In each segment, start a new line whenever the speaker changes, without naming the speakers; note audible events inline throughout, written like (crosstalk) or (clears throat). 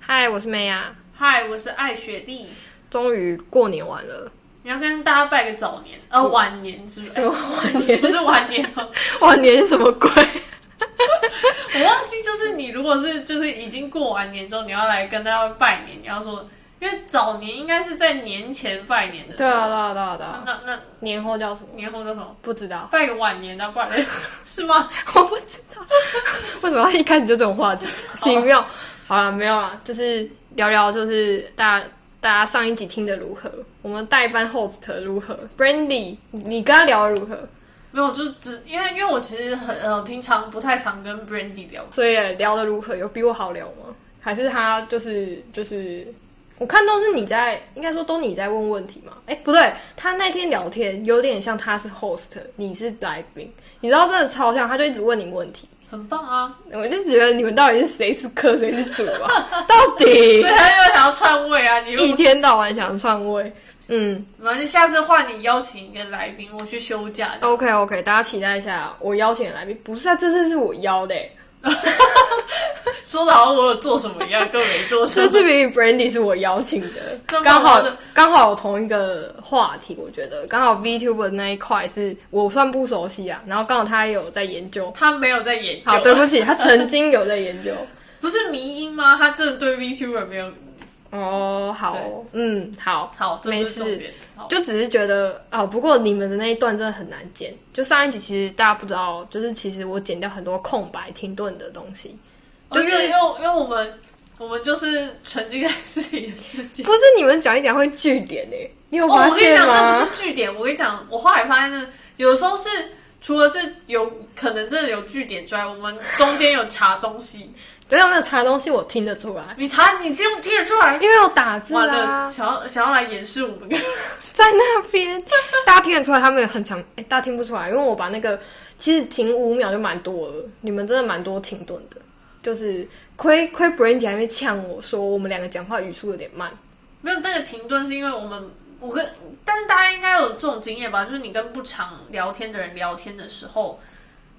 嗨，我是妹呀。
嗨，我是艾雪莉。
终于过年完了，
你要跟大家拜个早年，呃，晚年是不是？
嗯什么晚年
不是晚年哦，
晚年什么鬼？
我忘记，就是你如果是就是已经过完年之后，你要来跟大家拜年，你要说，因为早年应该是在年前拜年的时
对
候。
啊，对啊，对啊，对啊。
那那
年后叫什么？
年后叫什么？
不知道，
拜个晚年的、不然是吗？
(laughs) 我不知道。为什么一开始就这种话题？ (laughs) 奇妙。好了，没有了，就是聊聊，就是大大家上一集听的如何，我们代班 host 如何，Brandy，你你跟他聊得如何？
没有，就是只因为因为我其实很呃平常不太常跟 Brandy 聊，
所以聊得如何？有比我好聊吗？还是他就是就是，我看都是你在，应该说都你在问问题嘛？哎、不对，他那天聊天有点像他是 host，你是来宾，你知道真的超像，他就一直问你问题，
很棒啊，
我就觉得你们到底是谁是客谁是主啊？到底
所以他就想要篡位啊，你又
一天到晚想篡位？嗯
反正下次换你邀请一个来宾，我去休假。
，OK OK，大家期待一下，我邀请的来宾不是啊，这次是我邀的、欸，
说的好像我有做什么一样，根本没做什
这 (laughs)
么。
次明明 Brandy 是我邀请
(laughs) 那
的，
么
刚好
我就
刚好有同一个话题，我觉得刚好 VTuber 那一块是我算不熟悉啊，然后刚好他也有在研究。
他没有在研究，
好，对不起，他曾经有在研
(laughs)
究。
不是迷音吗？他真的对 VTuber 没有
哦，好
对，
嗯，好，
好，这
没
不是重
事。
点。好，
就只是觉得哦，不过你们的那一段真的很难剪。就上一集其实大家不知道，就是其实我剪掉很多空白、停顿的东西。
就
就是
是哦因为因为我们我们就是沉浸在自己的世
(laughs)
界。
不是你们讲一讲会据点呢、你有
哦，
发
我跟你
现
讲，
吗？
那不是据点。我跟你讲，我后来发现呢，有时候是除了是有可能真的有据点之外，我们中间有查东西。
对，有没有查东西我听得出来，
你查，你听不听得
(laughs)
出来？
因为有打字
完
啊
了，。想要想要来掩饰我们跟
在那边，大家听得出来他们很强，哎、大家听不出来，因为我把那个其实停五秒就蛮多了，你们真的蛮多停顿的，就是亏亏 Brandy 还没呛我说我们两个讲话语速有点慢，
没有那个停顿，是因为我们我跟，但是大家应该有这种经验吧？就是你跟不常聊天的人聊天的时候，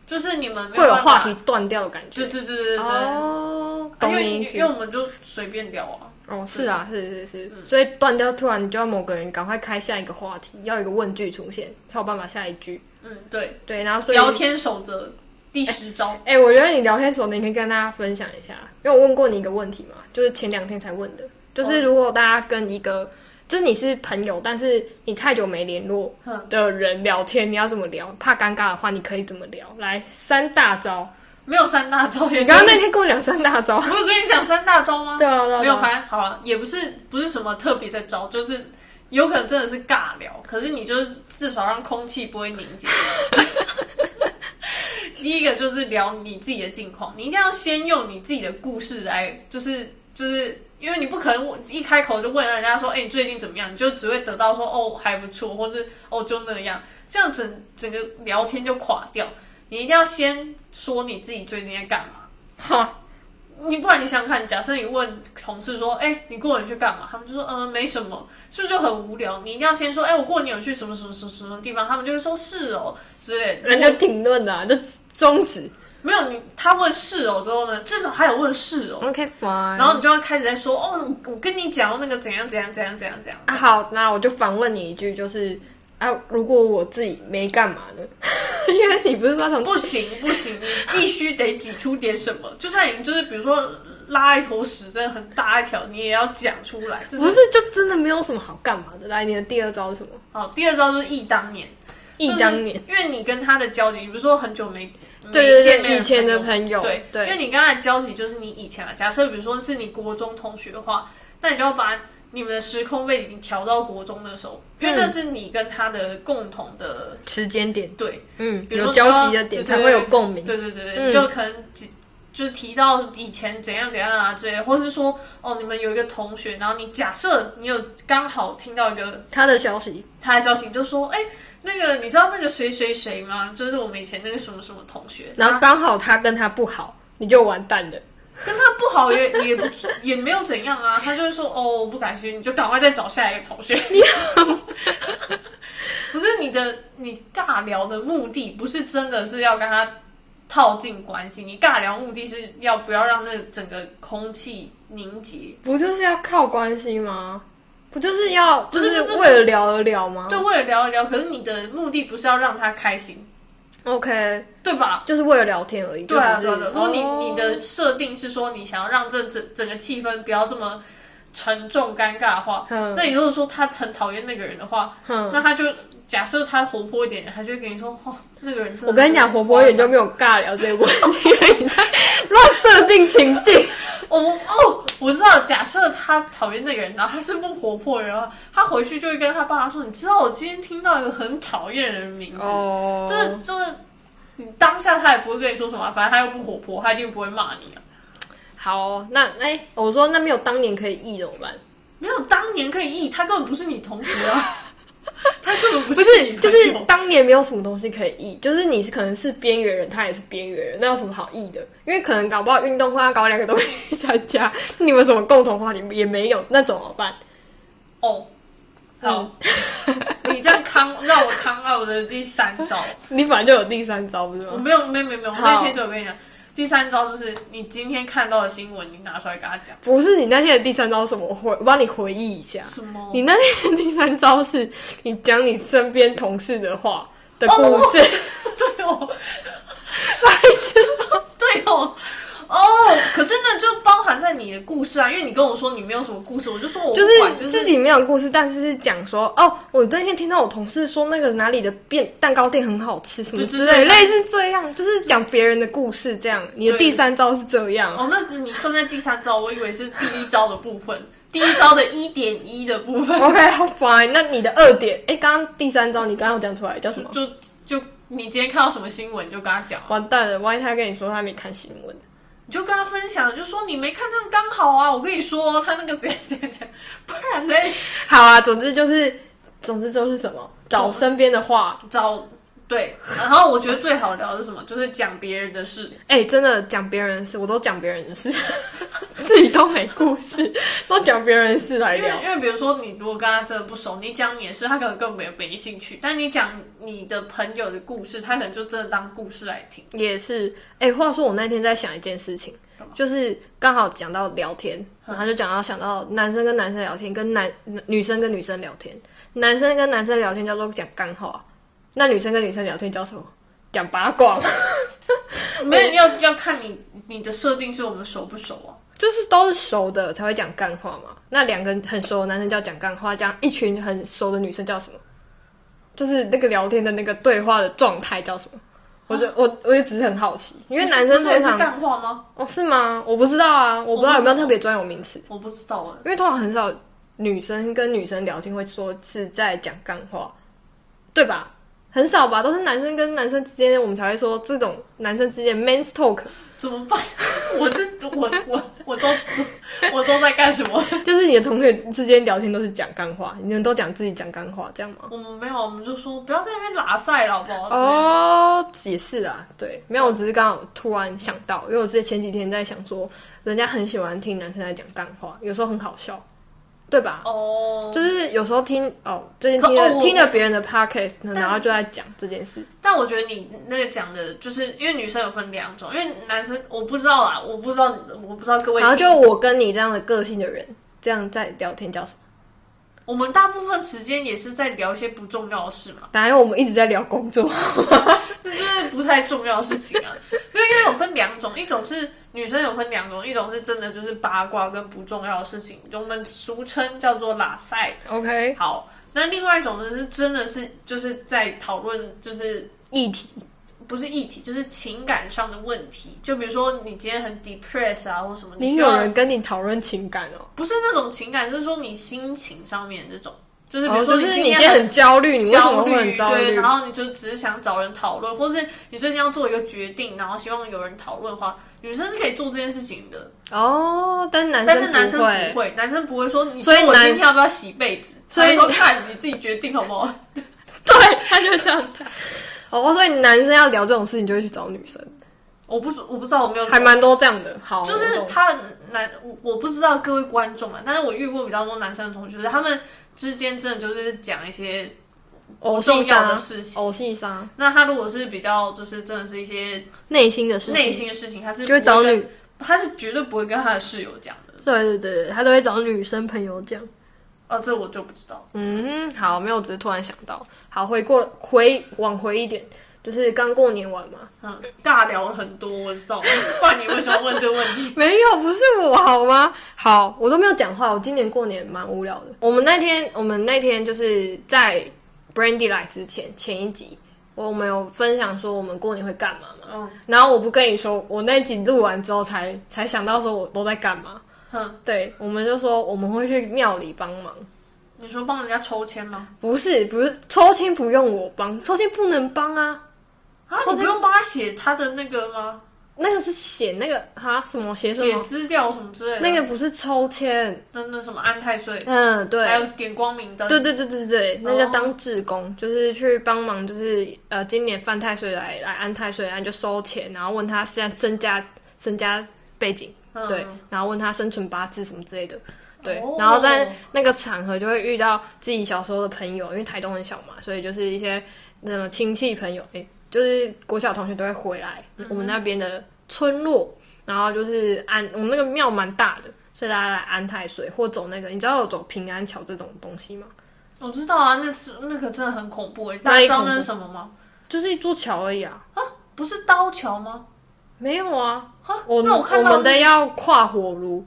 就是你们没
会有
办
话
法
题，断掉的感觉
对。对对对对，
哦，
因
懂
为
你意
因
思
为。我们就随便聊啊，
哦，是啊，是是是，
嗯
所以断掉，突然你就要某个人赶快开下一个话题，要有一个问句出现，才有办法下一句。
嗯，对，
对，然后所以
聊天守则第十招，
哎、我觉得你聊天手，你可以跟大家分享一下，因为我问过你一个问题嘛，就是前两天才问的，就是如果大家跟一个，就是你是朋友，但是你太久没联络
嗯
的人聊天，你要怎么聊？怕尴尬的话，你可以怎么聊？来，三大 (laughs) 招。
没有三大招，也
你刚刚那天跟我讲三大招，
(laughs) 我有跟你讲三大招
(laughs)
吗？
对啊，对啊，
没有，
对啊
反正好了，也不是不是什么特别的招，就是有可能真的是尬聊，可是你就是至少让空气不会凝结。 (laughs) 第一个就是聊你自己的近况，你一定要先用你自己的故事来，就是就是因为你不可能一开口就问人家说，哎、你最近怎么样？你就只会得到说，哦，还不错，或是哦，就那样，这样整整个聊天就垮掉。你一定要先说你自己最近在干嘛。
哈，
你不然你想想看，假设你问同事说，哎、你过年去干嘛？他们就说，嗯、没什么，是不是就很无聊？你一定要先说，哎、我过年有去什么什么什么什么地方，他们就会说是哦之类的。
人家停顿了、啊，就终止。
没有你，他问是哦之后呢，至少他有问是哦，
OK fine。
然后你就要开始在说，哦，我跟你讲那个怎样怎样怎样怎样怎样。
啊，好，那我就反问你一句，就是啊，如果我自己没干嘛呢？ (laughs) 因为你不是说从
不行不行，你必须得挤出点什么，就算你就是比如说拉一坨屎，真的很大一条，你也要讲出来。就
不
是
是，就真的没有什么好干嘛的。来，你的第二招是什么？
好，哦第二招就是忆当年。
忆当年，
就是因为你跟他的交集，比如说很久没
对对对
没见面
以前的
朋
朋友
对
对
因为你跟他的交集就是你以前啊嘛。假设比如说是你国中同学的话，那你就要把你们的时空背景调到国中的时候，因为那是你跟他的共同的
时间点，
对，
嗯，
比如
有
说
交集的点才会有共鸣。
对对对
嗯
对，就可能几就是提到以前怎样怎样啊之类的，或是说哦，你们有一个同学，然后你假设你有刚好听到一个
他的消息，
他的消息，你就说：“哎、那个你知道那个谁谁谁吗？就是我们以前那个什么什么同学，
然后刚好他跟他不好，你就完蛋了。
跟他不好也 (laughs) 也不也没有怎样啊。”他就会说：“哦，我不感兴趣，你就赶快再找下一个同学。”你 (laughs) 不是你的，你尬聊的目的不是真的是要跟他套近关系，你尬聊目的是要不要让那整个空气凝结？
不就是要靠关系吗？不就是要
不
就是是
不是
为了聊而聊吗
对，为了聊一聊，可是你的目的不是要让他开心，
？OK，
对吧？
就是为了聊天而已。
对啊，
就只
对啊
是
对啊如果你
哦
你的设定是说你想要让这整整个气氛不要这么沉重尴尬的话，
嗯
那你如果说他很讨厌那个人的话，
哼，
那他就假设他活泼一点，他就会跟你说，哦，那个人真的
我跟你讲，
是
活泼一点就没有尬聊这个问题了，你在 (laughs) 乱设定情境。
我哦，我知道，假设他讨厌那个人，然后他是不活泼的人的话，他回去就会跟他爸爸说：“你知道我今天听到一个很讨厌的人的名字。
哦
就是就是，你当下他也不会跟你说什么，反正他又不活泼，他一定不会骂你啊。
好，那哎、我说那没有当年可以忆怎么办？
没有当年可以忆，他根本不是你同学啊，
(laughs)
他根本不
不
是你
是，
朋友
就是当年没有什么东西可以忆，就是你是可能是边缘人，他也是边缘人，那有什么好忆的？因为可能搞不好运动会要搞两个东西参加，你们有什么共同话题也没有，那怎么办？
哦。好，
嗯
(laughs) 你这样康让我康到我的第三招，
你本来就有第三招，不是
我
吗？
没有没有没有没有，
嗯
我
好
那天就有跟你讲，第三招就是你今天看到的新闻，你拿出来跟他讲
(laughs) 不是，你那天的第三招是什么？我回我帮你回忆一下。
什么？
你那天的第三招是你讲你身边同事的话的故事，
(laughs) 对哦，
(laughs) 白痴
(laughs) 对哦，哦，可是那就包含在你的故事啊，因为你跟我说你没有什么故事，我就说我不管，
就
就是是
自己没有故事，但是是讲说哦，我那天听到我同事说那个哪里的变蛋糕店很好吃，什么
对对
之类，
对
类似这样，就是讲别人的故事这样。你的第三招是这样，
哦，那是你算在第三招，我以为是第一招的部分，第一招的一点一的部
(laughs)
分，
OK，好 fine。那你的二点，哎、刚刚第三招你刚刚有讲出来叫什么？
就就你今天看到什么新闻，你就跟他讲啊，
完蛋了，万一他跟你说他没看新闻，
你就跟他分享，就说你没看上刚好啊，我跟你说他那个怎样怎样怎样，不然嘞，
好啊，总之就是，总之就是什么，找身边的话，
找对，然后我觉得最好聊的是什么，就是讲别人的事，
哎、真的讲别人的事，我都讲别人的事， (laughs) 自己都没故事，都讲别人的事来
因为
聊。
因为比如说你如果跟他真的不熟，你讲你的事，他可能根本没没兴趣；但你讲你的朋友的故事，他可能就真的当故事来听。
也是，哎、话说我那天在想一件事情，就是刚好讲到聊天，然后就讲到想到男生跟男生聊天，跟男女生跟女生聊天，男生跟男生聊天叫做讲干话，那女生跟女生聊天叫什么？讲八卦嘛，
没有要要看你你的设定是我们熟不熟啊？
就是都是熟的才会讲干话嘛。那两个很熟的男生叫讲干话，这样一群很熟的女生叫什么？就是那个聊天的那个对话的状态叫什么？我就我我就只是很好奇，因为男生
不是也
通
是
常
干话吗？
哦，是吗？我不知道啊，我不知道有没有特别专有名词，
我不知道啊。
因为通常很少女生跟女生聊天会说是在讲干话，对吧？很少吧，都是男生跟男生之间，我们才会说这种男生之间 men's talk， (laughs)
怎么办？ (laughs) 我这我我我都我都在干什么？
就是你的同学之间聊天都是讲干话，你们都讲自己讲干话，这样吗？
我们没有，我们就说不要在那边拉塞了，好不好？
哦，也是啊，对，没有，我只是刚好突然想到，因为我之前前几天在想说，人家很喜欢听男生在讲干话，有时候很好笑，对吧？
哦，
就是有时候听哦，最近听
可
了、
哦我
听了别人的 podcast，呢
但
然后就在讲这件事。
但我觉得你那个讲的，就是因为女生有分两种，因为男生我不知道啦，我不知道，我不知道各位
然后就我跟你这样的个性的人，这样在聊天叫什么？
我们大部分时间也是在聊一些不重要的事嘛，
当然我们一直在聊工作，
这就是不太重要的事情啊。因为因为有分两种，一种是女生有分两种，一种是真的就是八卦跟不重要的事情，我们俗称叫做拉塞。
OK，
好，那另外一种呢是真的是就是在讨论，就是
议题
不是议题，就是情感上的问题。就比如说你今天很 depress 啊，或什么，你
你
需
有
要
人跟你讨论情感哦，
不是那种情感，就是说你心情上面这种，就是比
哦
如说
就是你
今
今
天
天很焦虑，你为什
焦
么
虑，
会很焦
对，
虑
然？后你就只是想找人讨论，或是你最近要做一个决定，然后希望有人讨论的话，女生是可以做这件事情的，
哦，但男
但是男
生
生
不
不
会，
会，男生不会说你
所以
说我
男
今天要不要洗被子，
所以
他会说看你自己决定好不好？
(laughs) 对，他就这样讲。 (laughs) 哦，所以男生要聊这种事情，就会去找女生，
我不我不知道我没有
还蛮多这样的。好，
就
我
是
懂
他男，我我不知道各位观众啊，但是我遇过比较多男生的同学，他们之间真的就是讲一些
偶
重
戏
要的
杀
事，情
偶戏杀，
那他如果是比较就是真的是一些
内心的事
内
情，
心的事情，他是
就会
不
找
跟
女，
他是绝对不会跟他的室友讲的。
对对对，对他都会找女生朋友讲。
哦，这我就不知道。
嗯，好，没有，只是突然想到。好，回过回往回一点，就是刚过年完嘛。
嗯，尬聊了很多，我知道。 (laughs) 不然你为什么问这个问题？
没有，不是我好吗？好，我都没有讲话。我今年过年蛮无聊的。我们那天，我们那天就是在 Brandy 来之前前一集，我们有分享说我们过年会干嘛嘛。
嗯
然后我不跟你说，我那一集录完之后才才想到说我都在干嘛。
哼，
对，我们就说我们会去庙里帮忙。
你说帮人家抽签吗？
不是，不是抽签不用我帮，抽签不能帮啊。
啊，
抽
你
签
不用帮他写他的那个吗？
那个是写那个哈什么写什
写
么，
资料什么之类的。
那个不是抽签。
那那什么安太岁，
嗯，对。
还有点光明灯。
对对对对对，那
哦
叫当志工，就是去帮忙，就是呃，今年犯太岁来来安太岁，然后就收钱，然后问他现在身家身家背景，
嗯
对，然后问他生辰八字什么之类的，对，
哦
然后在那个场合就会遇到自己小时候的朋友，因为台东很小嘛，所以就是一些那种亲戚朋友，哎，就是国小同学都会回来、嗯我们那边的村落，然后就是安我们那个庙蛮大的。所以大家来安太岁，或走那个，你知道有走平安桥这种东西吗？
我知道啊，那是那个真的很恐怖哎、大
哪里
家知道
恐怖
那是什么吗？
就是一座桥而已啊，
不是刀桥吗？
没有啊。
哈，
我
那我看到
们的要跨火炉，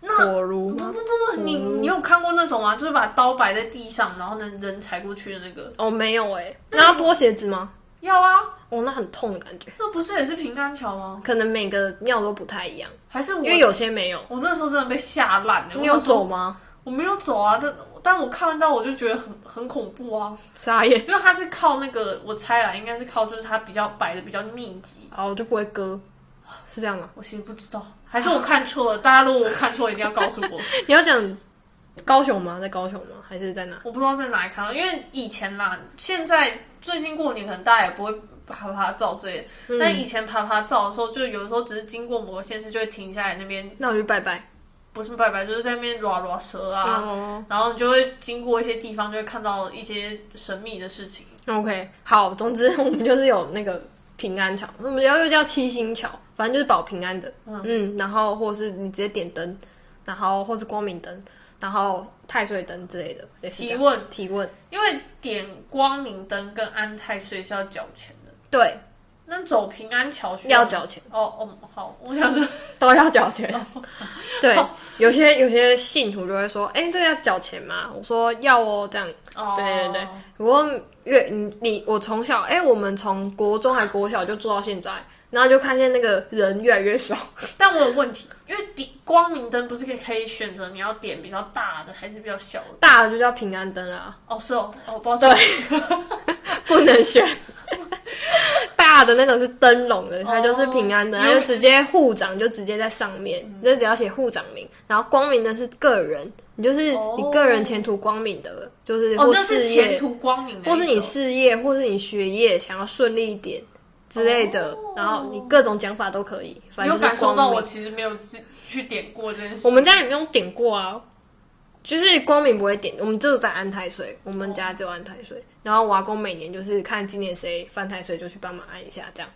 那
火
不
炉
不
吗？
不不，你你有看过那种吗？就是把刀摆在地上，然后呢人踩过去的那个。
哦，没有哎、那要脱鞋子吗？
要啊，
哦，那很痛的感觉，
那不是也是平安桥吗？
可能每个庙都不太一样，
还是我
因为有些没有。
我那时候真的被吓烂了。
你有
我想说？
走吗？
我没有走啊，但但我看到我就觉得很很恐怖啊，
傻眼，
因为它是靠那个，我猜啦，应该是靠就是它比较摆的比较密集。
哦，我就不会割，是这样吗？
我其实不知道，还是我看错了。大家如果我看错，一定要告诉我。
(laughs)
(laughs)
你要讲高雄吗？在高雄吗？还是在哪？
我不知道在哪里看到，因为以前啦，现在最近过年可能大家也不会爬爬照之类的，
嗯
但以前爬爬照的时候，就有的时候只是经过某个县市就会停下来那边，
嗯那我去拜拜。
不是拜拜，就是在那边拉拉蛇啊，
哦
然后你就会经过一些地方，就会看到一些神秘的事情。
嗯，OK，好，总之我们就是有那个平安桥，我们要又叫七星桥，反正就是保平安的。嗯然后或是你直接点灯，然后或是光明灯，然后太岁灯之类的，也是这
提
样
问，
提问。
因为点光明灯跟安太岁是要缴钱的，
对，
那走平安桥需
要
吗
缴钱，
哦哦，好，我想说，
都要缴钱。
哦
(laughs) 对，有些有些信徒就会说，哎、这个要缴钱吗？我说要哦，这样。
哦，
对 (laughs) 对对，不过越你你我从小，哎、我们从国中还国小就做到现在，然后就看见那个人越来越
(laughs)
少。
但我有问题，因为点光明灯不是可以可以选择你要点比较大的还是比较小的？
大的就叫平安灯啊，
哦，是哦，哦，抱歉，
不能
(laughs)
选。大的那种是灯笼的，它就是平安灯，
哦
它就直接护长就直接在上面，
嗯
你就只要写护长名。然后光明灯是个人，你就是
哦
你个人前途光明的，就是
哦，
或
那是
事
前
业，
途光明的一首，
或是你事业，或是你学业想要顺利一点之类的
哦。
然后你各种讲法都可以，反
你
正
有
就是
感受
光
到我
明。
其实没有自去点过这件事。
我们家也没有点过啊，就是光明不会点，我们只有在安太岁，我们家只有安太岁。然后我阿公每年就是看今年谁犯太岁，就去帮忙安一下这样。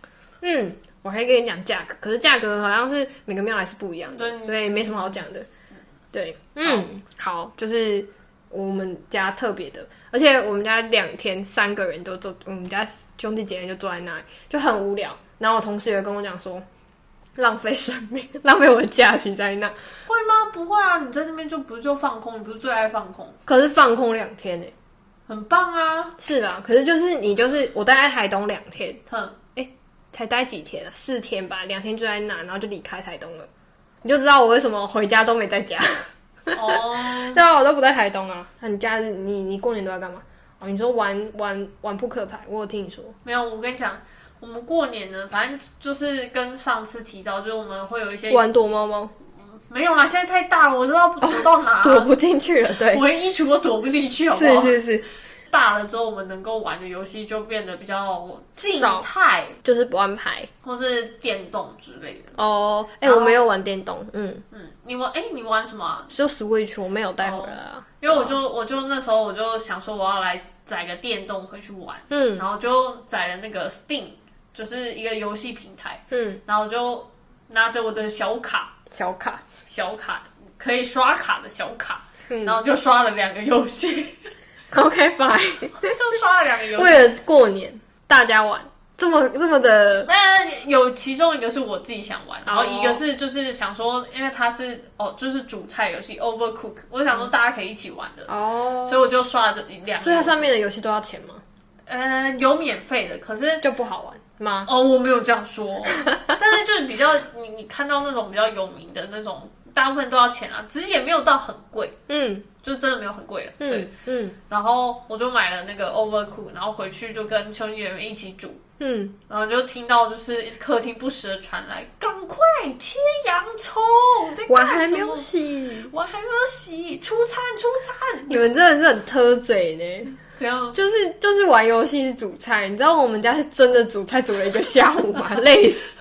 嗯，我还跟你讲价格，可是价格好像是每个庙还是不一样的，
对
所以没什么好讲的。对，嗯，好，就是我们家特别的，而且我们家两天三个人都坐，我们家兄弟姐妹就坐在那里，就很无聊。然后我同事也跟我讲说，浪费生命， (laughs) 浪费我的假期在那。
会吗？不会啊，你在那边就不是就放空，你不是最爱放空，
可是放空两天呢、
很棒啊。
是啦，可是就是你就是我待在台东两天，
哼，
才待几天啊？四天吧，两天就在那，然后就离开台东了。你就知道我为什么回家都没在家，
哦，
对啊，我都不在台东啊。那你假日你你过年都在干嘛？哦，你说玩玩玩扑克牌，我有听你说，
没有，我跟你讲，我们过年呢，反正就是跟上次提到，就是我们会有一些
玩躲猫猫，
没有啦，现在太大了，我都不知道躲到哪，
哦躲不进去了，对， (laughs)
我连衣橱都躲不进去，好不好？哦
是是是，
大了之后，我们能够玩的游戏就变得比较静态，
就是不按牌
或是电动之类的。
哦。哎、我没有玩电动，嗯，
嗯，你玩哎、你玩什么啊、
就 Switch 我没有带回来啊。
因为我就我就那时候我就想说我要来载个电动回去玩，
嗯
然后就载了那个 Steam，就是一个游戏平台，
嗯，
然后就拿着我的小卡
小卡，
小卡可以刷卡的小卡，
嗯
然后就刷了两个
(laughs)
游戏，
OK fine。
就刷了两个游戏。
为了过年大家玩，这么这么的，
那有其中一个是我自己想玩，然后一个是就是想说，因为它是哦，就是主菜游戏 Overcook，我想说大家可以一起玩的，
哦，
所以我就刷了这两个。
所以它上面的游戏都要钱吗？
呃有免费的，可是
就不好玩吗？
哦我没有这样说
(laughs)
哦，但是就是比较你你看到那种比较有名的那种，大部分都要钱啊，只是也没有到很贵，
嗯
就真的没有很贵了。对，
嗯嗯
然后我就买了那个 Overcook，然后回去就跟兄弟姐妹们一起煮。
嗯，
然后就听到就是客厅不时的传来，赶快切洋葱，在
碗
干
嗯还没
什么
有，洗，
碗还没有洗，出餐出餐，
你们真的是很偷贼呢。
怎样？
就是就是玩游戏是煮菜，你知道我们家是真的煮菜煮了一个下午 (laughs) 嘛，累死。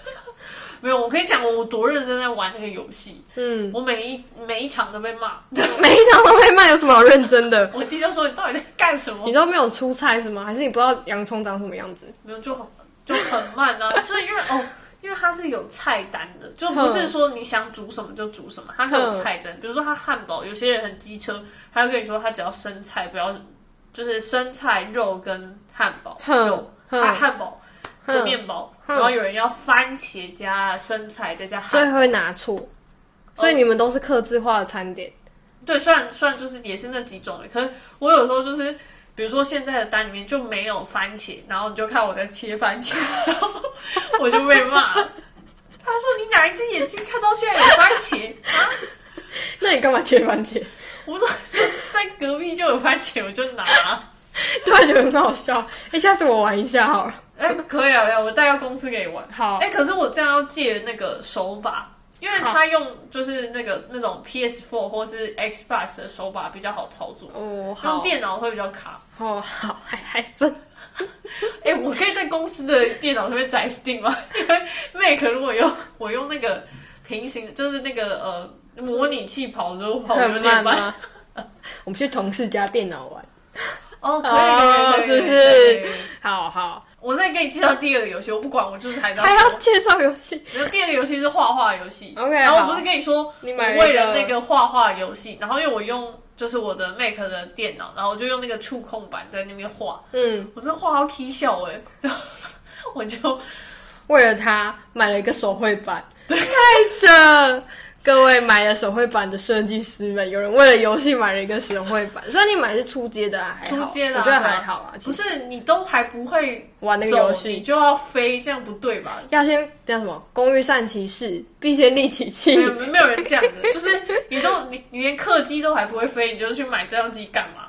没有，我可以讲我多认真在玩那个游戏，
嗯，
我每一每一场都被骂， (laughs)
每一场都被骂，有什么好认真的？
我弟就说你到底在干什么
你？都没有出菜是吗？还是你不知道洋葱长什么样子？
没有，就很就很慢啊，就是因为哦。因为它是有菜单的，就不是说你想煮什么就煮什么，它是有菜单。比如说它汉堡，有些人很机车，他就跟你说他只要生菜，不要就是生菜肉跟汉堡
哼
肉，
哼
还有啊汉堡的
哼
面包，
哼
然后有人要番茄加生菜再加
所
汉
以会拿错。所以你们都是克制化的餐点。
对，虽然虽然就是也是那几种，可是我有时候就是，比如说现在的单里面就没有番茄，然后你就看我在切番茄，然后我就被骂。他说：“你哪一只眼睛看到现在有番茄啊
(laughs) 那你干嘛切番茄？？” (laughs)
我说：“就在隔壁就有番茄，我就拿。
突然觉得很好笑。哎、下次我玩一下好了。
哎、可以啊，可以啊我带到公司给你玩。
好
哎、可是我这样要借那个手把，因为他用就是那个那种 PS4 或是 Xbox 的手把比较好操作，
哦，
用
好，
电脑会比较卡。
哦，好，还还分。
哎、我可以在公司的电脑上面载 Steam 吗？ (laughs) 因为 Mac 如果用我用那个平行，就是那个呃模拟器跑的时候跑得有
很
点
慢
慢。
吗？ (laughs) 我们去同事家电脑玩。
哦，可
哦
以，可以可
是
以
不
可
是
以可以可以
好好，
我再给你介绍第二个游戏，我不管，我就是还在
还要介绍游戏。
然后第二个游戏是画画游戏。
OK，
然后
好
我不是跟你说，
你买了
我为
一个
了那个画画游戏，然后因为我用就是我的 Mac 的电脑，然后我就用那个触控板在那边画，
嗯，
我真的画到 K 笑哎、然后 (laughs) 我就
为了他买了一个手绘板，太扯。各位买了手绘板的设计师们，有人为了游戏买了一个手绘板，虽然你买的是初阶的、啊，还好，
出街了，
我觉得还好啊。其
不
实
是你都还不会
玩那个
走
游戏
你就要飞，这样不对
(laughs)
吧？
要先叫什么？工欲善其事，必先利其器
没。有没有人这样的，就是你都你你连客机都还不会飞，你就去买这样机干嘛？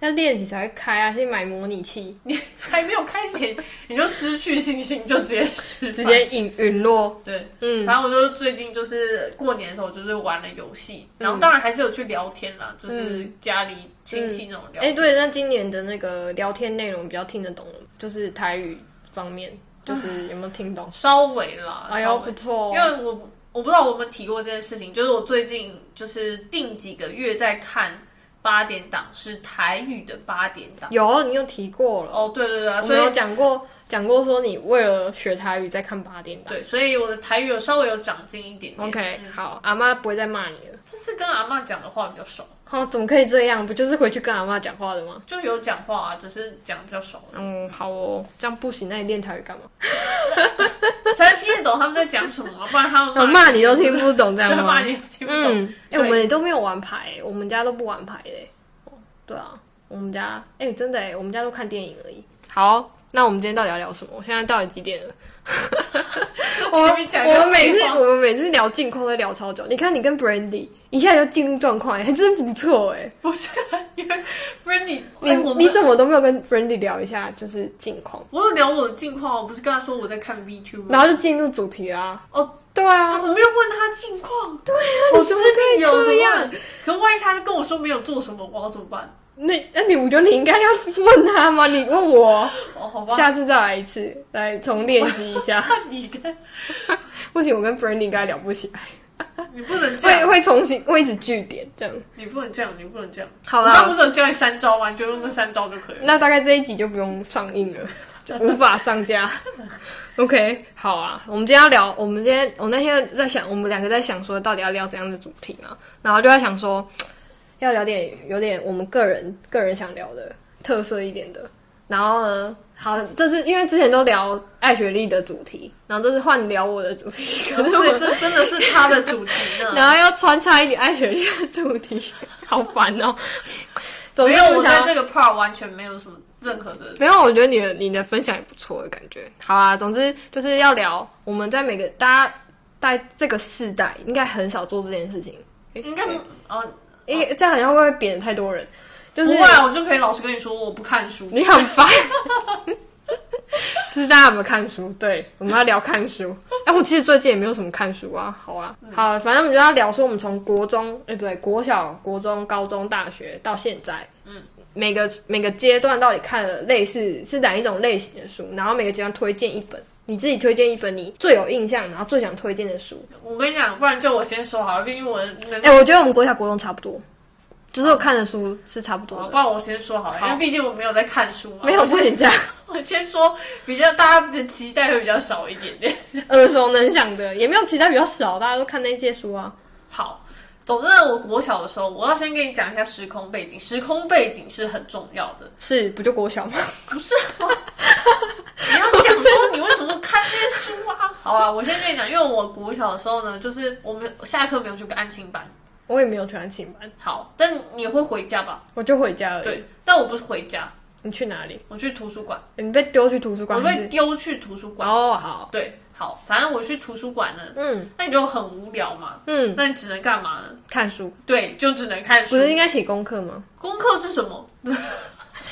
要练习才会开啊，先买模拟器，
你还没有开前你就失去信心，就直接失
直
败
接陨陨落。
对。
嗯，
反正我就最近就是过年的时候，就是玩了游戏，
嗯
然后当然还是有去聊天啦，就是家里亲戚那种聊
哎、
天。
对，那今年的那个聊天内容比较听得懂了吗，就是台语方面，就是有没有听懂？
稍微啦，
哎
稍
呦，
微
不错
啊因，为我我不知道我们提过这件事情，就是我最近就是近几个月在看八点档，是台语的八点档。
有你有提过了，
哦，对对对啊，
我
所
们有
以
讲过讲过说你为了学台语在看八点档。
对，所嗯以我的台语有稍微有长进一点点。
OK，好，阿妈不会再骂你了。
这次跟阿嬷讲的话比较少，
好，怎么可以这样？不就是回去跟阿妈讲话的吗？
就有讲话啊，只是讲比较少，
嗯，好哦，这样不行，那你练台语干嘛？
才能听得懂他们在讲什么啊，不然他
我
们
骂你都听不懂，这样
对
吗
(laughs) 骂？你听不懂。
嗯，哎、
对
我们也都没有玩牌、我们家都不玩牌的、哦对啊，我们家哎、真的哎、我们家都看电影而已。好，那我们今天到底要聊什么？我现在到底几点了？我
前
们
面讲
我
一个
们每次
废话
我们每次聊近况都聊超久。你看你跟 Brandy 一下就进入状况、哎，还真不错哎、
不是啊因为不是你
你、
哎我
你
们
怎么都没有跟 Brandy 聊一下就是近况，
我有聊我的近况，我不是跟他说我在看 VTuber
然后就进入主题啦、
嗯哦，
对
啊
啊，
我没有问他近况，对啊
你
我
怎
是
么
病
可以
有
这
什么
样
办？可万一他跟我说没有做什么，我要怎么办？
那那你我觉得你应该要问他吗？你问我，
哦，好吧，
下次再来一次，来重练习一下。
你跟
(laughs) 不行，我跟 Brandy 应该聊不起来，
你不能这
会
样，
会重新会一直据点这样。
你不能这样，你不能这样。
好
我
啦
刚不是有教你三招吗？你就用那三招就可以了。
那大概这一集就不用上映了，就无法上 (laughs) 架。OK，好啊，我们今天要聊，我们今天我那天在想，我们两个在想说到底要聊怎样的主题呢？然后就在想说，要聊点有点我们个人个人想聊的特色一点的。然后呢，好，这次因为之前都聊艾雪莉的主题，然后这次换聊我的主题，可是我
对，这真的是他的主题
(laughs)
呢。
然后要穿插一点艾雪莉的主 (laughs) 题，好烦哦。总
没
之
有，
我们
我
想
在
要
这个 part 完全没有什么任何的。
没有，我觉得你的你的分享也不错的感觉。好啊，总之就是要聊我们在每个大家在这个世代应该很少做这件事情，诶
应该
对
哦，
因为这样好像会不会贬太多人，就
不
是
会啊，我就可以老实跟你说，我不看书。
(laughs) 你很烦。就是大家有没有看书？对，我们要聊看书。哎、我其实最近也没有什么看书啊。好啊，好，反正我们就要聊说，我们从国中，哎、不对，国小、国中、高中、大学到现在，嗯，每个每个阶段到底看了类似是哪一种类型的书，然后每个阶段推荐一本，你自己推荐一本你最有印象，然后最想推荐的书。
我跟你讲，不然就我先说好了，毕竟我的能力，
哎、我觉得我们国小、国中差不多，就是我看的书是差不多
不
的，
然我先说好了，因为
好
毕竟我没有在看书嘛。
没有不行这样，
我先说，比较大家的期待会比较少一点点。
耳熟能详的，也没有其他比较少，大家都看那些书啊。
好，总之呢我国小的时候，我要先跟你讲一下时空背景。时空背景是很重要的，
是不就国小吗？
不是吗？你要讲说你为什么看这些书啊？好啊，我先跟你讲，因为我国小的时候呢，就是我们下课没有去安亲班。
(laughs) 我也没有去安亲班，
好，但你会回家吧？
我就回家了。
对，但我不是回家，
你去哪里？
我去图书馆，
你被丢去图书
我
馆还
被
是？
丢去图书馆。
哦，好，
对，好，反正我去图书馆呢，
嗯
那你就很无聊嘛，
嗯，
那你只能干嘛呢？
看书
对，就只能看
不
书。
是应该写功课吗？ (laughs)
功课是什么？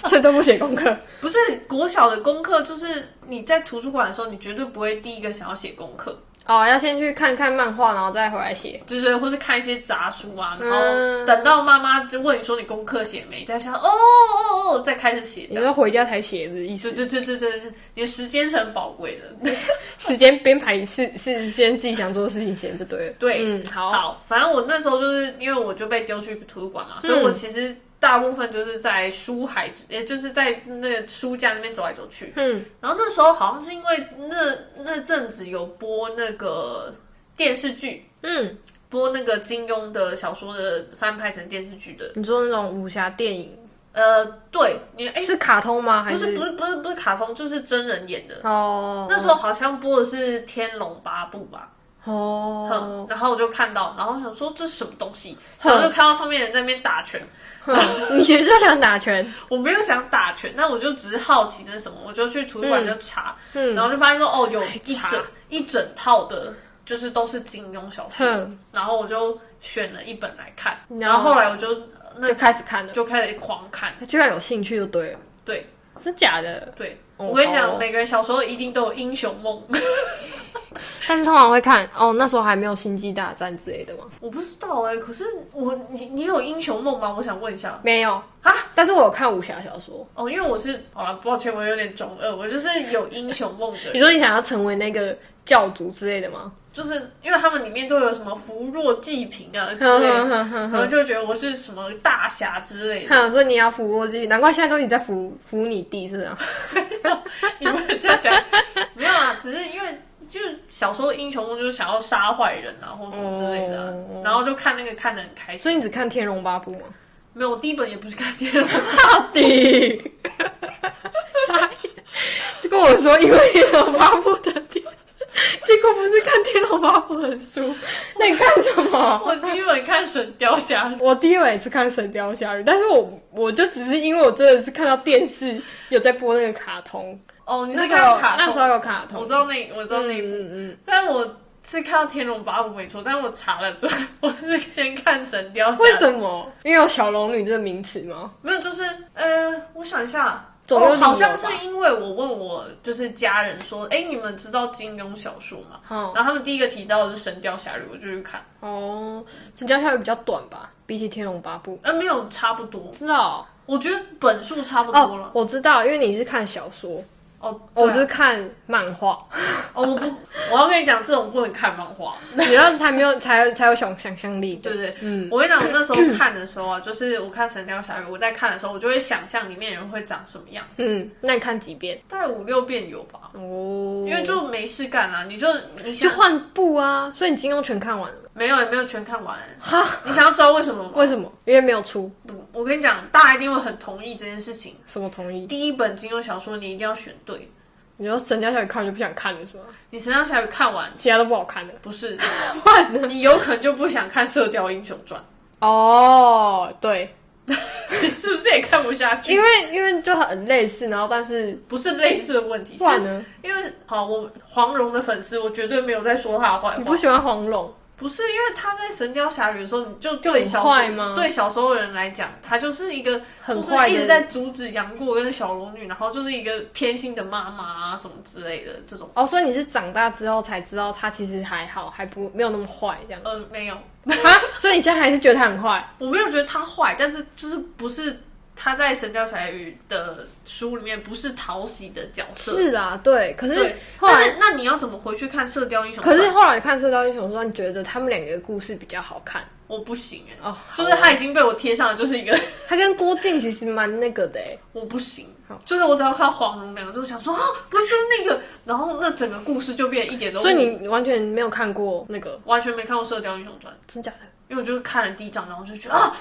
这都不写功课，
不是国小的功课，就是你在图书馆的时候，你绝对不会第一个想要写功课，
哦，要先去看看漫画，然后再回来写。
对对，或是看一些杂书啊，然后
嗯
等到妈妈就问你说你功课写没，再想哦哦哦，再开始写。
你说回家才写的意 (laughs)
对
思？
对对对对，对你的时间是很宝贵的。
时间编排是是先自己想做的事情先就对了。
对
嗯，好，
好，反正我那时候就是因为我就被丢去图书馆嘛，所以我其实大部分就是在书海，也就是在那个书架那边走来走去。
嗯，
然后那时候好像是因为那那阵子有播那个电视剧，
嗯，
播那个金庸的小说的翻拍成电视剧的。
你说那种武侠电影
呃，对你哎、
是卡通吗？还
不是不是不是不是卡通，就是真人演的。
哦
那时候好像播的是《天龙八部》吧，
哦，
嗯，然后我就看到，然后我想说这是什么东西，然后就看到上面人在那边打拳，
(laughs) 你其实就想打拳，
我没有想打拳，那我就只是好奇那是什么，我就去图书
嗯
馆就查，然后就发现说哦，有一
查
整一整套的，就是都是金庸小说
哼，
然后我就选了一本来看，然
然后
后后来我就那
就开始看了，
就开始狂看，
居然有兴趣就对了。
对，
真假的？
对。
哦
我跟你
好
讲，
哦
每个人小时候一定都有英雄梦。
但是通常会看哦，那时候还没有《星际大战》之类的吗？
我不知道哎、可是我你你有英雄梦吗？我想问一下。
没有啊，但是我有看武侠小说。
哦，因为我是好了，抱歉，我有点中二，我就是有英雄梦的人
你说你想要成为那个教主之类的
(laughs)
吗？
就是因为他们里面都有什么扶弱济贫啊
(laughs)
之类的，然后
哼，
就觉得我是什么大侠之类的。
所以你要扶弱鸡，难怪现在都你在扶扶你弟是这样。
你们这样讲没有啊？只是因为就是小时候英雄梦就是想要杀坏人啊，或什么之类的啊、
哦
然后就看那个看得很开
所
心。
以你只看《天龙八部》吗？
没有，我第一本也不是看天龙，
到底？ (laughs) 傻眼就跟我说，因为《天龙八部》的天，结果不是看《天龙八部》的书，那你看什么？
(laughs) 我第一本看《神雕侠侣》。
我第一本也是看《神雕侠侣》，但是我我就只是因为我真的是看到电视有在播那个卡通，
哦，你
那
是
时
看
候
卡通？
那时候有卡通，
我知道那我知道那一部，
嗯嗯
但我是看到《天龙八部》没错，但我查了之 (laughs) 后，我是先看《神雕侠
嗯，
侣
为》。什么？因为有小龙女这个名词吗？
没有，就是呃，我想一下，
左右
哦、
立
好像
有
是
吧
因为我问我就是家人说，哎、你们知道金庸小说吗？
哦
然后他们第一个提到的是《神雕侠侣》，我就去看，
哦，《神雕侠侣》比较短吧，比起《天龙八部》，
呃，没有，差不多。
知道？
我觉得本数差不多
哦
了。，
我知道，因为你是看小说，
哦，
我
对啊
是看漫画，
哦，我不， (laughs) 我要跟你讲，这种不能看漫画。
(laughs) 你要才没有才有才有想想象力。
对不对？嗯，我跟你讲，我那时候看的时候啊， (clears throat) 就是我看《神雕侠侣》，我在看的时候，我就会想象里面人会长什么样，
嗯，那你看几遍？
大概五六遍有吧。
哦，
因为就没事干啊，你就你
就
想
换部啊，所以你金庸全看完了吗。
没有也没有全看完、哈，你想要知道为什么吗？
为什么？因为没有出
不我跟你讲，大家一定会很同意这件事情。
什么同意。
第一本金庸小说你一定要选对，
你说《神雕侠侣》看完就不想看了是吗？
你《神雕侠侣》看完
其他都不好看了。
不是， (laughs) 你有可能就不想看《射雕英雄传
哦，对，》，
你 (laughs) 是不是也看不下去？
因为因为就很类似，然后但是
不是类似的问题，
不然
是
呢？
因为好，我黄蓉的粉丝，我绝对没有在说她的坏
你
话
不。喜欢黄蓉？
不是因为她在《神雕侠侣》的时候，你就
就
对
很
小时候
坏吗
对小时候的人来讲，她就是一个
很
就是
坏
一直
的
在阻止杨过跟小龙女，然后就是一个偏心的妈妈啊什么之类的这种。
哦，所以你是长大之后才知道他其实还好，还不没有那么坏 (laughs) 这样
呃，没有，
啊？所以你现在还是觉得他很坏？
我没有觉得她坏，但是就是不是她在《神雕侠侣》的书里面不是讨喜的角色。
是啊，对。可是
对，
后
但
来，
是那你要怎么回去看《射雕英雄
可
传》？
是后来看《射雕英雄传》，觉得他们两个的故事比较好看
我不行哎、
哦。
就是
好
他已经被我贴上了，就是一个 (laughs)
他跟郭靖其实蛮那个的欸
我不行。就是我只要看到黄蓉两个字，就想说啊，不是那个，然后那整个故事就变一点都，
所以你完全没有看过那个，
完全没看过《射雕英雄传
真假的？》，
因为我就是看了第一章，然后就觉得啊，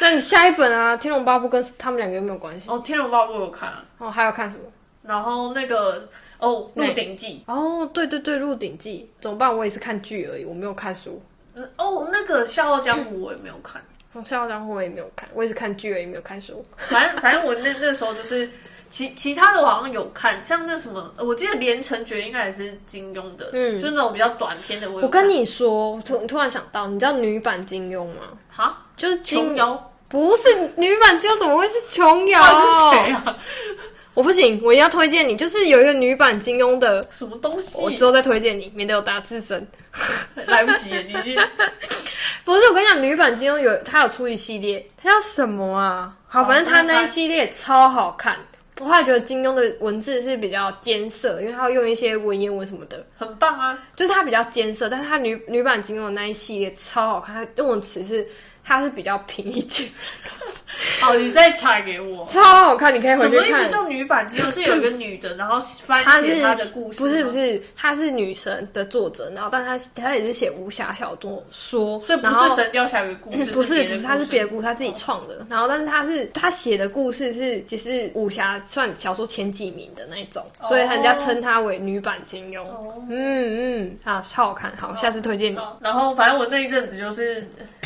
那你下一本啊，《天龙八部》跟他们两个有没有关系？
哦，《天龙八部》我有看啊，
哦，还有看什么？
然后那个哦，《鹿鼎记
哦，对对对，《鹿鼎记》怎么办？我也是看剧而已，我没有看书。》，
嗯哦，那个《笑傲江湖》我也没有看，
哦《笑傲江湖》我也没有看，我也是看剧而已，没有看书。
反正反正我那那时候就是。其其他的我好像有看，像那什么，呃我记得《连城诀》应该也是金庸的，嗯，就是那种比较短篇的我有
我跟你说，我突突然想到，你知道女版金庸吗？
哈，
就是
琼
金哦
瑶
不是女版金庸，怎么会是琼瑶？
到底是谁啊？ (laughs)
我不行，我一定要推荐你，就是有一个女版金庸的，
什么东西？
我之后再推荐你，免得有打字声。
来不及了，你已经
不是，我跟你讲，女版金庸有它有出一系列，它叫什么啊？好，
哦
反正它
那
那
它
一系列超好看。我后来觉得金庸的文字是比较艰涩，因为它会用一些文言文什么的，
很棒啊！
就是它比较艰涩。但是它女女版金庸的那一系列超好看，它用的词是它是比较平一点， (laughs)
好，哦你再查给我。
超好看，你可以
什
回
么
去
意思
看。
叫女版
(coughs)
金庸？是有一个女的，然后翻
她
写
是
她的故事吗，
不是不是，她是女神的作者，然后但她她也是写武侠小说，说
所以不
然
是
后
《神雕侠侣》故事，
不是
别
不
的
是，他是
故
别
事
的故事，他自己创的。然后，但是他是他写的故事是只是武侠算小说前几名的那一种，所以人家称他为女版金庸。
哦
嗯嗯，啊，超好看，好，下次推荐你。
哦然后，反正我那一阵子就是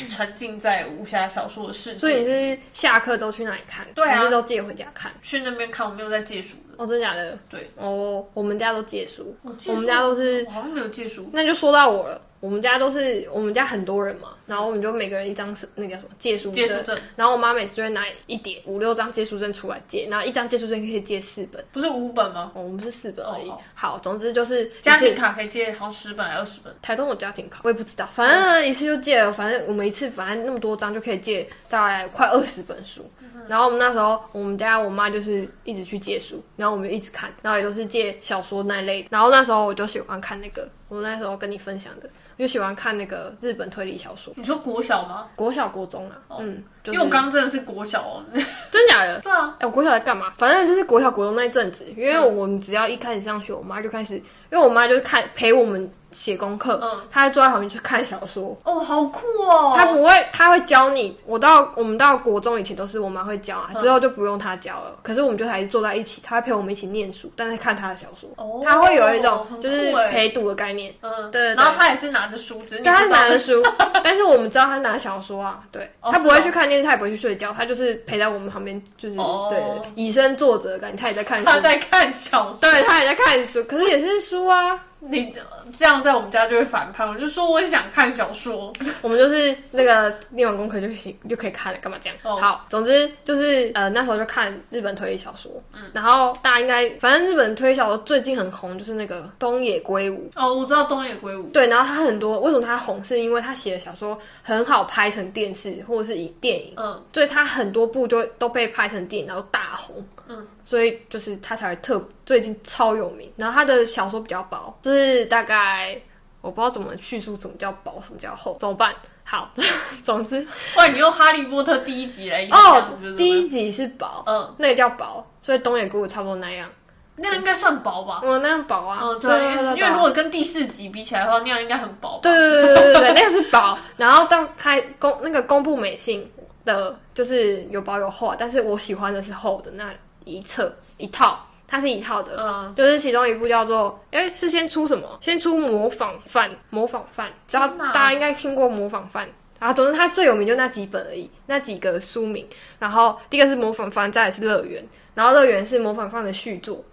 沉浸在武侠小说的世界，
所以你是下课都去哪里看？
对啊
还是都借回家看？
去那边看，我没有在借书的。
哦，真的假的？
对，
哦，我们家都借书，
借
我们
书
家都是
我好像没有借书，
那就说到我了。我们家都是我们家很多人嘛，然后我们就每个人一张是那个叫什么借书
借书证
然后我妈每次就会拿一叠五六张借书证出来借，然后一张借书证可以借四本，
不是五本吗？
哦，我们是四本而已。
哦
好，总之就是
家
一
庭
次
卡可以借好像十本还是二十本，
台东有家庭卡，我也不知道，反正一次就借了，反正我们一次反正那么多张就可以借大概快二十本书。
嗯
然后我们那时候，我们家我妈就是一直去借书，然后我们就一直看，然后也都是借小说那一类的。然后那时候我就喜欢看那个，我那时候跟你分享的，我就喜欢看那个日本推理小说，
你说国小吗？
国小国中啊，嗯，就
哦因
是
为我刚真的是国小哦。
真假的，
对啊，
哎、我国小在干嘛？反正就是国小、国中那一阵子，因为我们只要一开始上学，我妈就开始，因为我妈就是看陪我们写功课，
嗯
她还坐在旁边去看小说。
哦，好酷哦！
她不会，她会教你。我到我们到国中以前都是我妈会教啊，
嗯
之后就不用她教了。可是我们就还是坐在一起，她会陪我们一起念书，但是看她的小说，
哦
她会有一种
很酷
就是
欸
陪读的概念。
嗯，
对对
然后他也是拿着书，只是你
对，
不
她
知道
拿
(laughs)
的书，但是我们知道她拿小说啊，对，
哦
她不会
是哦
去看电视，她也不会去睡觉，她就是陪在我们旁边，就是
哦
对以身作则的感觉，她也在看书
他。在看小说。
对他也在看书，可是也是书书啊，
你这样在我们家就会反叛。我就说我想看小说，
(laughs) 我们就是那个练完功课就可以就可以看了，干嘛这样？
哦
好，总之就是呃那时候就看日本推理小说，然后大家应该反正日本推理小说最近很红，就是那个东野圭吾。
哦，我知道东野圭吾，
对，然后他很多为什么他红，是因为他写的小说很好拍成电视或者是影电影，
嗯，
所以他很多部就都被拍成电影，然后大红。
嗯，
所以就是他才会特最近超有名。然后他的小说比较薄，就是大概我不知道怎么叙述什么叫薄，什么叫厚，怎么办？好， (laughs) 总之
哇，你用《哈利波特》第一集来演
哦，第
一，
一集是薄，
嗯，
那个叫薄，所以东野圭吾差不多那样，
那应该算薄吧？
嗯，那样薄啊。
嗯，
对
对，因为因为如果跟第四集比起来的话，那样应该很薄吧。
对对对对对对，
(laughs)
那个是薄。然后到开公那个公布美信的，就是有薄有厚啊，但是我喜欢的是厚的那一册一套，它是一套的，
嗯，
就是其中一部叫做，哎，是先出什么？先出模仿犯，模仿犯，知道
天哪
大家应该听过模仿犯。啊，总之它最有名就那几本而已，那几个书名。然后第一个是模仿犯，再来是乐园，然后乐园是模仿犯的续作。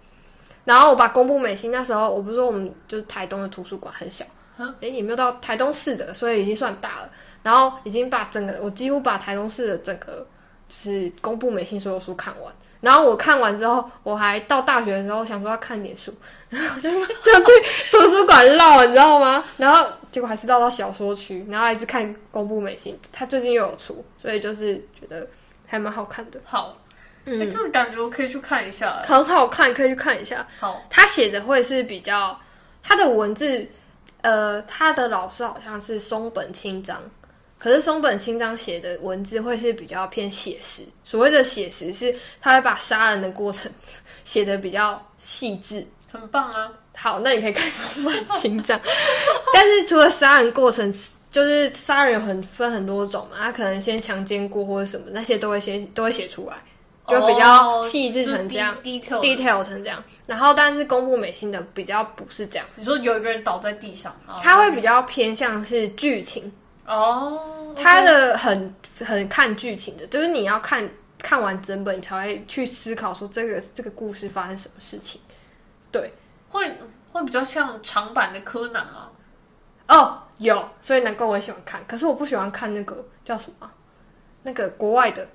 然后我把公布美心那时候，我不是说我们就是台东的图书馆很小，哎，也没有到台东市的，所以已经算大了。然后已经把整个，我几乎把台东市的整个就是公布美信所有书看完。然后我看完之后，我还到大学的时候想说要看点书，然后就就去图书馆绕，你知道吗？然后结果还是绕到小说区，然后还是看公布美信，它最近又有出，所以就是觉得还蛮好看的，
好，
嗯
哎，这感觉我可以去看一下。
很好看，可以去看一下。
好，
他写的会是比较，他的文字，呃，他的老师好像是松本清张，可是松本清张写的文字会是比较偏写实。所谓的写实是，他会把杀人的过程 (laughs) 写的比较细致。
很棒啊！
好，那你可以看松本清张，但是除了杀人过程。就是杀人有很分很多种嘛，他可能先强奸过或者什么，那些都会先都会写出来，就比较
哦
细致成这样。，
低调。
detail 成这样，然后但是公布美心的比较不是这样，
你说有一个人倒在地上，然后
它会比较偏向是剧情，
哦，
它的很很看剧情的，就是你要看看完整本，你才会去思考说这个这个故事发生什么事情。
会会比较像长版的柯南啊。
哦，有，所以难怪我很喜欢看，可是我不喜欢看那个叫什么啊、那个国外的，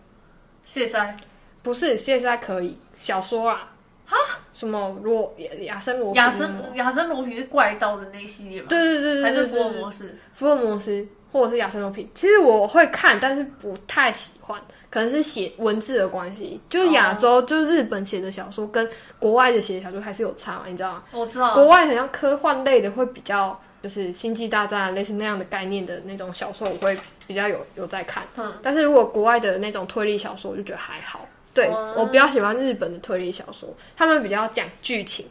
谢塞，
不是现在可以小说啊，哈，什么罗亚森罗平
亚
啊
森亚森罗平是怪盗的那一系列吗？
对对对对，
还是
对对
福尔
对
摩斯？
福尔摩斯或者是亚森罗平，其实我会看，但是不太喜欢，可能是写文字的关系。
哦
就是亚洲，就是日本写的小说跟国外的写的小说还是有差嘛，你知道吗？
我知道，
国外好像科幻类的会比较，就是星际大战类似那样的概念的那种小说，我会比较有有在看。
嗯，
但是如果国外的那种推理小说，我就觉得还好。对、
哦
我比较喜欢日本的推理小说，他们比较讲剧情，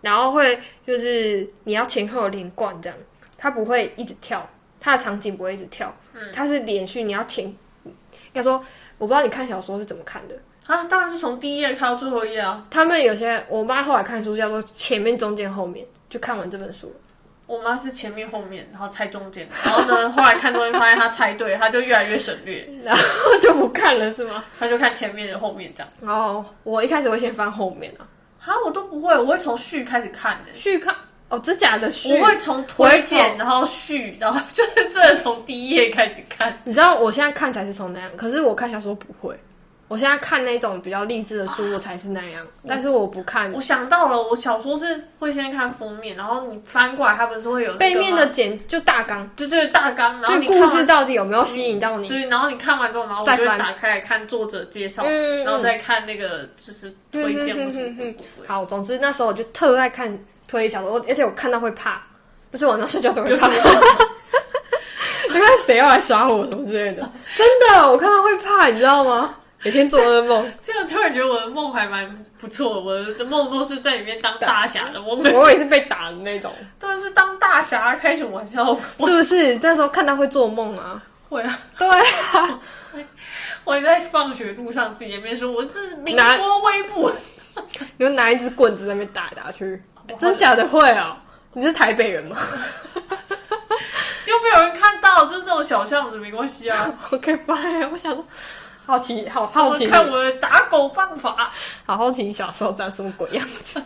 然后会就是你要前后连贯这样，它不会一直跳，它的场景不会一直跳，
嗯
它是连续，你要前，应该说我不知道你看小说是怎么看的。
啊，当然是从第一页看到最后一页啊。
他们有些，我妈后来看书叫做前面、中间、后面，就看完这本书。
我妈是前面后面，然后猜中间，然后呢，后来看东西发现她猜对，她就越来越省略，
然后 (laughs) 就不看了是吗？
她就看前面的后面这样。
然后哦我一开始会先翻后面啊，
啊，我都不会，我会从序开始看
(laughs)
的、
续看哦，真假的续
我。会从推荐，然后序，然后就是真的从第一页开始看。
你知道我现在看才是从那样，可是我看小说不会。我现在看那种比较励志的书，我才是那样，但嗯是我不看
我想到了，我小说是会先看封面，然后你翻过来，它不是会有那个
背面的
吗，
简就大纲，
对对，大纲，然后
这
你
故
看
事
完，
到底有没有吸引到你？
对，然后你看完之后，然后我
再
就会
翻
打开来看作者介绍，
嗯
然后再看那个就是推
嗯嗯
荐
嗯
或什
嗯
么
嗯。好，总之那时候我就特爱看推理小说，我而且我看到会怕，就是晚上睡觉都会
有
怕
什，么？
就看 (laughs) 谁要来耍我什么之类的。 (laughs) 真的，我看到会怕，你知道吗？每天做噩梦。
这样突然觉得我的梦还蛮不错的，我的梦都是在里面当大侠的，我
(laughs)
们 (laughs)
我也是被打的那种，
当然是当大侠，开什么玩笑？
(laughs)
我
是不是？那时候看到会做梦啊？
会啊，
对啊，
我也在放学路上自己在那边说我是宁
哪
波微步，
你们拿一只棍子在那边打来打去，哎真假的会哦？你是台北人吗 (laughs)
又被有人看到，就是这种小巷子没关系啊。
？OK，拜。我想说，好奇，好 (laughs) 好奇
我，看我的打狗办法，
(laughs) 好好奇你小时候长什么鬼样子，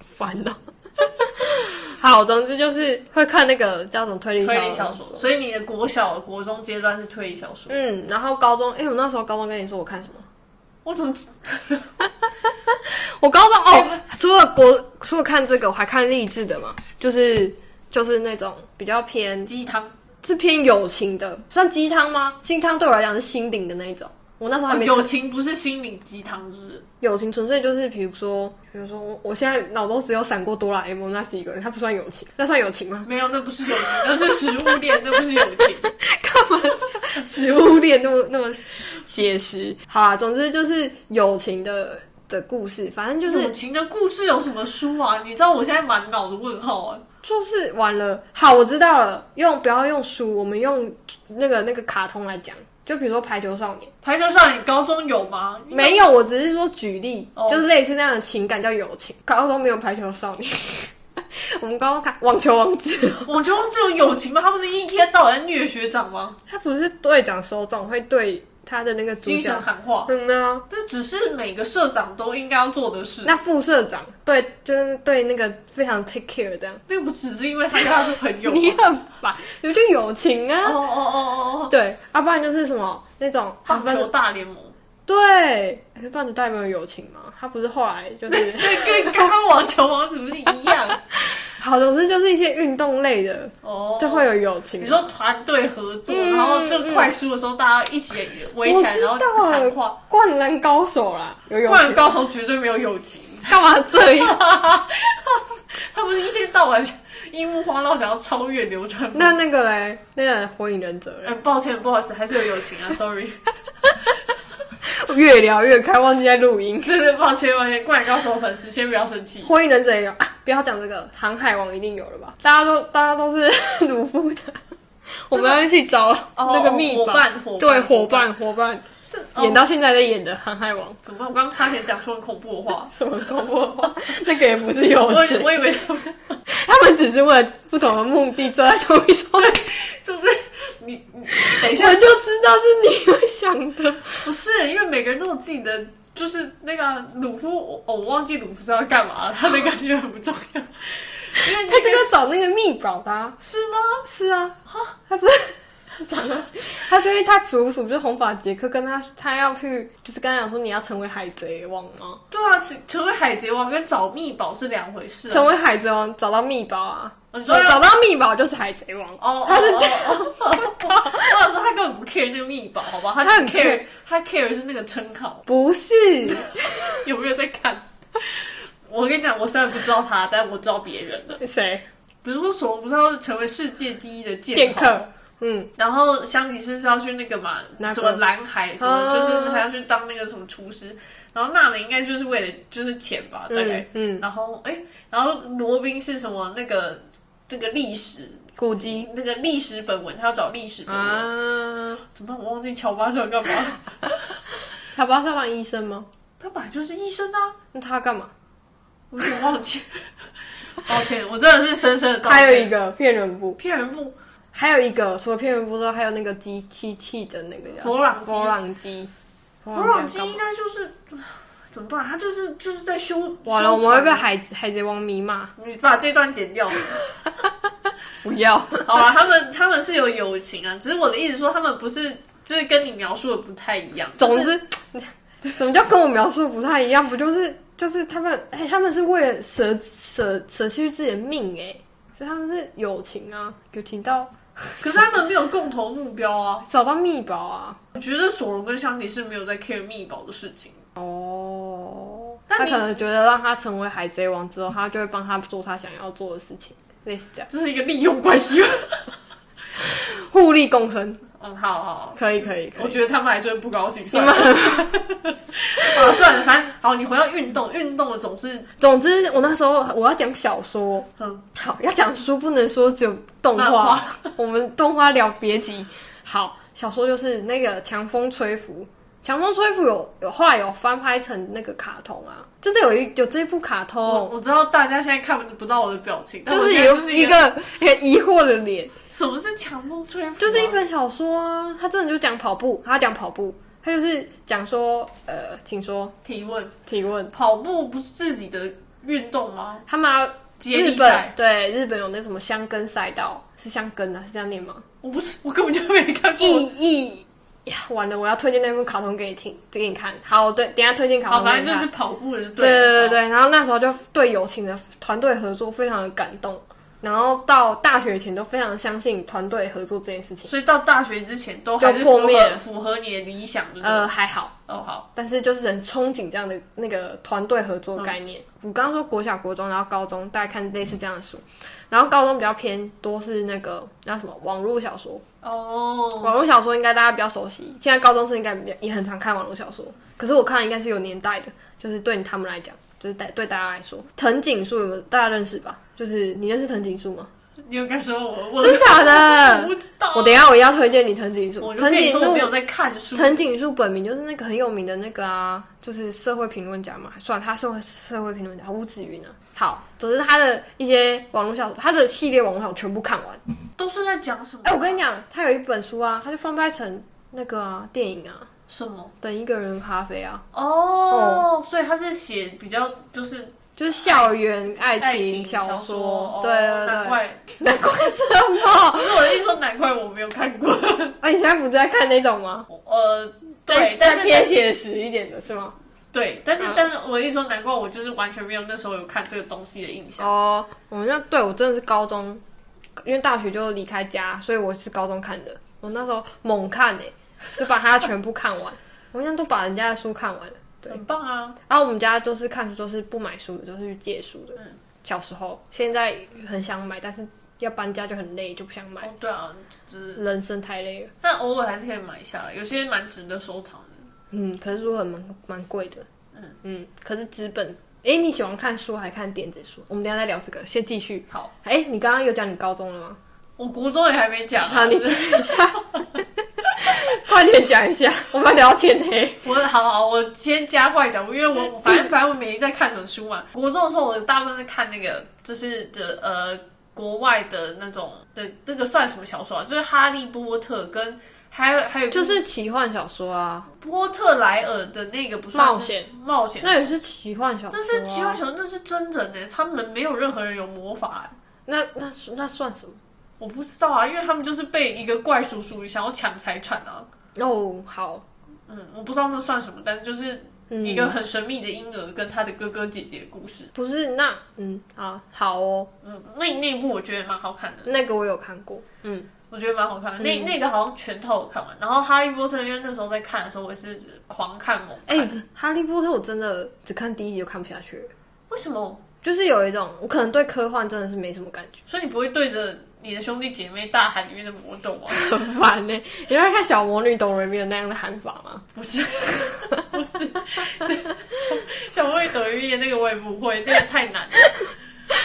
烦哦。 (laughs) 好，总之就是会看那个叫什么推理
推理小说，所以你的国小、国中阶段是推理小说。
嗯，然后高中，哎、我那时候高中跟你说我看什么？
我怎么
我高中哦，除了国除了看这个，我还看励志的嘛，就是就是那种比较偏
鸡汤？
是偏友情的，算鸡汤吗？鸡汤对我来讲是心灵的那一种。我那时候啊还没
友情不是心灵鸡汤，是不是？
友情纯粹就是，比如说，比如说我我现在脑中只有闪过哆啦 A 梦，那是一个人，他不算友情，那算友情吗？ (laughs)
没有，那不是友情，那是食物链，那不是友情。
干嘛这样食物链那么那么写实？好啊，总之就是友情的的故事，反正就是
友情的故事有什么书啊？你知道我现在满脑子问号啊！
就是完了。好，我知道了，用不要用书，我们用那个那个卡通来讲，就比如说《排球少年》。
排球少年高中有吗？
没有，我只是说举例，
哦
就是类似那样的情感叫友情。高中没有《排球少年》， (laughs) 我们高中看《网球王子》。
网球王子有友情吗？他不是一天到晚在虐学长吗？
他不是队长手总会对他的那个主
精神
角，
喊话，
嗯啊，
这只是每个社长都应该要做的事。
那副社长对就是对那个非常 take care 这样，
那不只是因为他跟他是朋友吗。
你很烦，你就友情
哦
啊，
哦哦哦哦，
对，要、不然就是什么那种啊，
棒
反
球
正
大联盟。
对，哎可是棒球代表有友情嘛，他不是后来就是
(laughs) 对，跟刚刚网球王子不是一样
好，总之就是一些运动类的
(laughs) 哦。
就会有友情
你。说团队合作，
嗯
然后这快输的时候，大家一起围起来，然
我
后
知道
谈话。
灌篮高手啦，有友
灌篮
情，
高手绝对没有友情，
干嘛这样？
他不是一天到晚樱木花道想要超越流川枫。
(laughs) 那那个嘞，那个火影忍者嘞，
哎，抱歉，不好意思，还是有友情啊，sorry。 (laughs)
越聊越开，忘记在录音。
对对，抱歉，抱歉，灌篮高手粉丝先不要生气。
火影忍者也有啊，不要讲这个，航海王一定有了吧？大家都大家都是 (laughs) 鲁夫的，我们要一起找那个秘
哦伙
宝，
伴，伙伴
对伙伴伙伴，
这
演
哦
到现在在演的航海王，。
怎么办？我刚刚差点讲出很恐怖的话
什么恐怖的
(laughs)
话，那个也不是友
我以
情，
我以为他们
他们只是为了不同的目的坐在同一艘船，
就是你，你 (laughs) 等一下
我，就知道是你会想的。
不是因为每个人都有自己的，就是那个啊鲁夫，我、哦、我忘记鲁夫是要干嘛了，他那个就很不重要。因为
他
那
就
个
要找那个秘宝的、啊，
是吗？
是啊，他不是。
(laughs)
讲了， (laughs) 他是因为他叔叔就是红发杰克，跟他他要去，就是刚才讲说你要成为海贼王吗？
对啊，成成为海贼王跟找秘宝是两回事、啊
成。为海贼王，找到密宝啊！
我说要
找到密宝就是海贼王。
哦，
他是
这样。我想说他根本不 care 那个秘宝，好吧？他
他很
只 care，他 care 是那个称号
不
(laughs)
是，
有没有在看。 (laughs) 我跟你讲，我虽然不知道他，但我知道别人的。
谁？
比如说，索隆不是要成为世界第一的剑
剑
豪
客。嗯，
然后香吉士是要去那个嘛
哪，个
什么蓝海，什么
啊
就是还要去当那个什么厨师。然后娜美应该就是为了就是钱吧，大概。
嗯嗯
然后哎，然后罗宾是什么那个这个历史
古籍
那个历史本文，他要找历史本文。
啊，
怎么办？我忘记乔巴是要干嘛？ (laughs)
小巴是要当医生吗？
他本来就是医生啊，
那他干嘛？
我有点忘记。 (laughs) 抱歉，我真的是深深的道
还有
歉。
一个骗人部，
骗人不？
还有一个除了骗人部之后，还有那个机器器的那个叫
佛朗机
佛朗机。
弗朗基应该就是怎么办？他就是就是在修。
完了，
修
我们会
船
被海海贼王迷骂。
你把这段剪掉。
不要，
(laughs) 好啊，他们他们是有友情啊，只是我的意思说，他们不是就是跟你描述的不太一样。
总
就是，
之，什么叫跟我描述不太一样？不就是就是他们哎、他们是为了舍舍舍去自己的命哎、所以他们是友情啊，友情到
可是他们没有共同目标啊。
找到密宝啊。
我觉得索隆跟香吉是没有在 care 密宝的事情。
哦，
那
他
你
可能觉得让他成为海贼王之后，他就会帮他做他想要做的事情，类似这样，
这是一个利用关系。
(laughs) 互利共生，
嗯，好好好，
可以可以可
我
以。
觉得他们还是会不高兴。算了，好算了，反正好，你回到运动，运动的总是
总之，我那时候我要讲小说，
嗯，
好，要讲书不能说只有动
漫
画
画，
(laughs) 我们动画聊别
(laughs)
集。好，小说就是那个强风吹拂，强风吹拂有有后来有翻拍成那个卡通啊，真的有一有这部卡
我
通，
我知道大家现在看不到我的表情，但
哦就
我
是
现在
有
就是
一
个
个一个疑惑的脸，
什么是强风吹拂啊，
就是一本小说啊，他真的就讲跑步，他讲跑步，他就是讲说呃，请说
提问。
提问，
跑步不是自己的运动吗？
他们要
接
日
力
本
赛。
对日本有那什么香根赛道，是香根啊，是这样念吗？
我不是，我根本就没看过。
意义呀，完了，我要推荐那部卡通给你听，给你看。好，对，等一下推荐卡
好，
通给你看。
反正就是跑步的，
对
了
对对，对，然后那时候就对友情的团队合作非常的感动，然后到大学以前都非常相信团队合作这件事情。
所以到大学之前都还是
就
符
破灭
合
了
符合你的理想的。
呃，还好，
哦，好，
但是就是很憧憬这样的那个团队合作概念。
嗯
我刚刚说国小、国中，然后高中，大概看类似这样的书，然后高中比较偏多是那个叫什么网络小说，
哦，
网络小说应该大家比较熟悉，现在高中生应该比较也很常看网络小说。可是我看的应该是有年代的，就是对他们来讲，就是对对大家来说，藤井树有没有大家认识吧？就是你认识藤井树吗？
你有该说我问，
真假
我
的？
不知道，
我等一下我一定要推荐你藤井树
我，就
藤
跟你
井
说我没有
树。
在看书，
藤井树本名就是那个很有名的那个啊，就是社会评论家嘛，算他社会社会评论家吴子云啊。好，总之他的一些网络小说，他的系列网络小说全部看完。
都是在讲什么？
哎、我跟你讲，他有一本书啊，他就翻拍成那个啊电影啊，
什么？
等一个人咖啡啊，
哦，所以他是写比较就是
就是校园爱
爱
情
小
小
哦
对
难
对
怪，
对，难怪什么？ (laughs)
不是我的意思说难怪我没有看过， (laughs)
啊，你现在不是在看那种吗？
呃，对，但
但
是
偏写实一点的是吗？
对，但是
嗯
但是我的意思说难怪我就是完全没有那时候有看这个东西的印象。
哦，我那对我真的是高中，因为大学就离开家，所以我是高中看的。我那时候猛看诶、就把它全部看完， (laughs) 我好像都把人家的书看完了。对
很棒啊！
然后我们家就是看书，就是不买书的，就是去借书的。
嗯
小时候，现在很想买，但是要搬家就很累，就不想买。
哦，对啊，就是，
人生太累了。
但偶尔还是可以买一下啦，有些蛮值得收藏的。
嗯，可是书很蛮蛮贵的。嗯嗯，可是纸本。诶，你喜欢看书还看电子书？我们等一下再聊这个，先继续。
好，
诶，你刚刚有讲你高中了吗？
我国中也还没讲啊，
好，你
就是
讲一下，快点讲一下，我们聊天 (laughs) 黑。
我好好，我先加快脚步，因
(laughs)
为我反正反正我每天在看什么书嘛。国中的时候，我大部分在看那个就是的呃国外的那种的那个算什么小说啊？就是《哈利波特》跟还有还有一部
就是奇幻小说啊，
波特莱尔的那个不算是
冒险
冒险，
那也嗯是奇幻小说、啊。
但是奇幻小说那是真人呢、他们没有任何人有魔法、欸
那那那算什么？
我不知道啊，因为他们就是被一个怪叔叔想要抢财产啊。
哦，好，
嗯，我不知道那算什么，但就是
嗯
一个很神秘的婴儿跟他的哥哥姐姐的故事。
不是那嗯啊好哦，
嗯，那那一部我觉得蛮好看的，
那个我有看过，嗯
我觉得蛮好看的。那那个好像全套我看完，然后《哈利波特》因为那时候在看的时候，我也是狂看猛
哎、
看。
哈利波特我真的只看第一集就看不下去了，
为什么？
就是有一种我可能对科幻真的是没什么感觉，
所以你不会对着你的兄弟姐妹大喊里面的魔咒吗？ (laughs)
很烦呢、欸你会看小魔女哆瑞咪有那样的喊法 (laughs) 吗？
不是，不是，小小妹抖音的那个我也不会，那个太难了。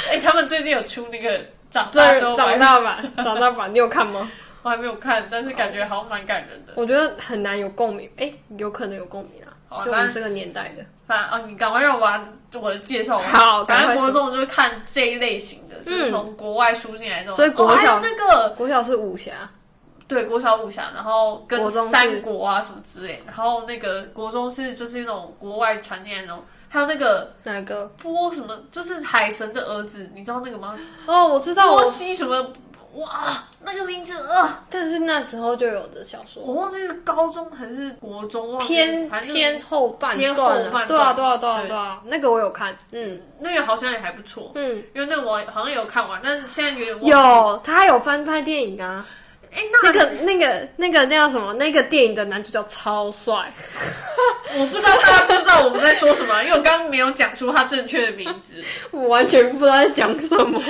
哎、他们最近有出那个长大之
这
后
长
版，
大 (laughs) 版，长大版，你有看吗？
我还没有看，但是感觉好像蛮感人的。
我觉得很难有共鸣，哎、有可能有共鸣
好啊
啊，就我们这个年代的。
反哦，你赶快让我把我的介绍完。
好
反
赶快
正
嗯
国中我就是看这一类型的，就是从国外输进来这种。
所以国
哦还有
小
那个
国小是武侠，
对国小武侠，然后跟
国中是
三国啊什么之类，然后那个国中是就是那种国外传进来那种，还有那个
哪个？
波什么，就是海神的儿子，你知道那个吗？
哦，我知道
波
我，
西什么？哇，那个名字啊，
但是那时候就有的小说，
我忘记是高中还是国中，忘记
偏
反正
偏后半
偏后
段
半
啊，对啊，
段
对啊，对啊，
对
对啊，那个我有看，嗯
那个好像也还不错，
嗯，
因为那个我好像有看完，但现在有点忘记。
有，他还有翻拍电影啊，
哎，
那
那
个那个那个那叫什么？那个电影的男主角超帅，
我不知道大家知道我们在说什么， (laughs) 因为我刚刚没有讲出他正确的名字，
我完全不知道在讲什么。 (laughs)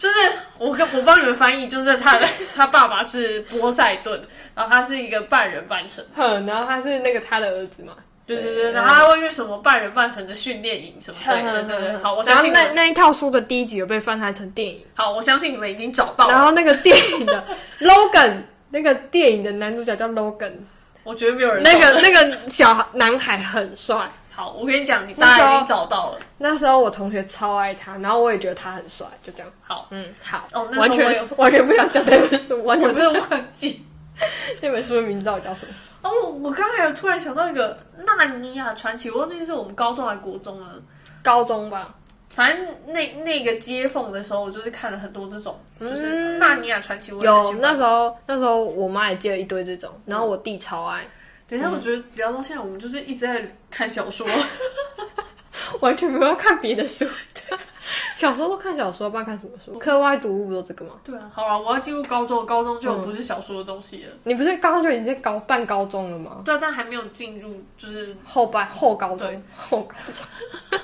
就是我跟我帮你们翻译，就是他的 (laughs) 他爸爸是波塞顿，然后他是一个半人半神，
哼，然后他是那个他的儿子嘛，
对对对，然后他会去什么半人半神的训练营什么之类的，对对对，好，我相
然后
信你
那
们，
那一套书的第一集有被翻拍成电影，
好，我相信你们已经找到了，
然后那个电影 (laughs) 的 Logan，那个电影的男主角叫 Logan，
我觉得没有人
那
懂
个那个小男孩很帅。
好，我跟你讲，你
那
大
时候
家已经找到了。
那时候我同学超爱他，然后我也觉得他很帅，就这样。
好，
嗯，好，
哦那时候
完
我
(laughs) 全
有
完全不想讲那本书，完
我
全
真
不
的忘记。
那本书的名字到底叫什么？
哦，我刚才有突啊然想到一个《纳尼亚传奇》，我忘记是我们高中还是国中了。
高中吧，
反正那那个接缝的时候，我就是看了很多这种，就是《
嗯
纳尼亚传奇》，我也很
有
喜欢
那时候那时候我妈也借了一堆这种，然后我弟超爱，
等一下，我觉得聊到现在，我们就是一直在看
(laughs)
小说，
(laughs)
(laughs)
完全没有看别的书。 (laughs) 小时候都看小说，不然看什么书？课外读物不都这个吗？
对啊，好了，我要进入高中，高中就不是小说的东西了。
你不是刚刚就已经在高半高中了吗？
对啊，但还没有进入，就是
后半后高
对
中，后高中。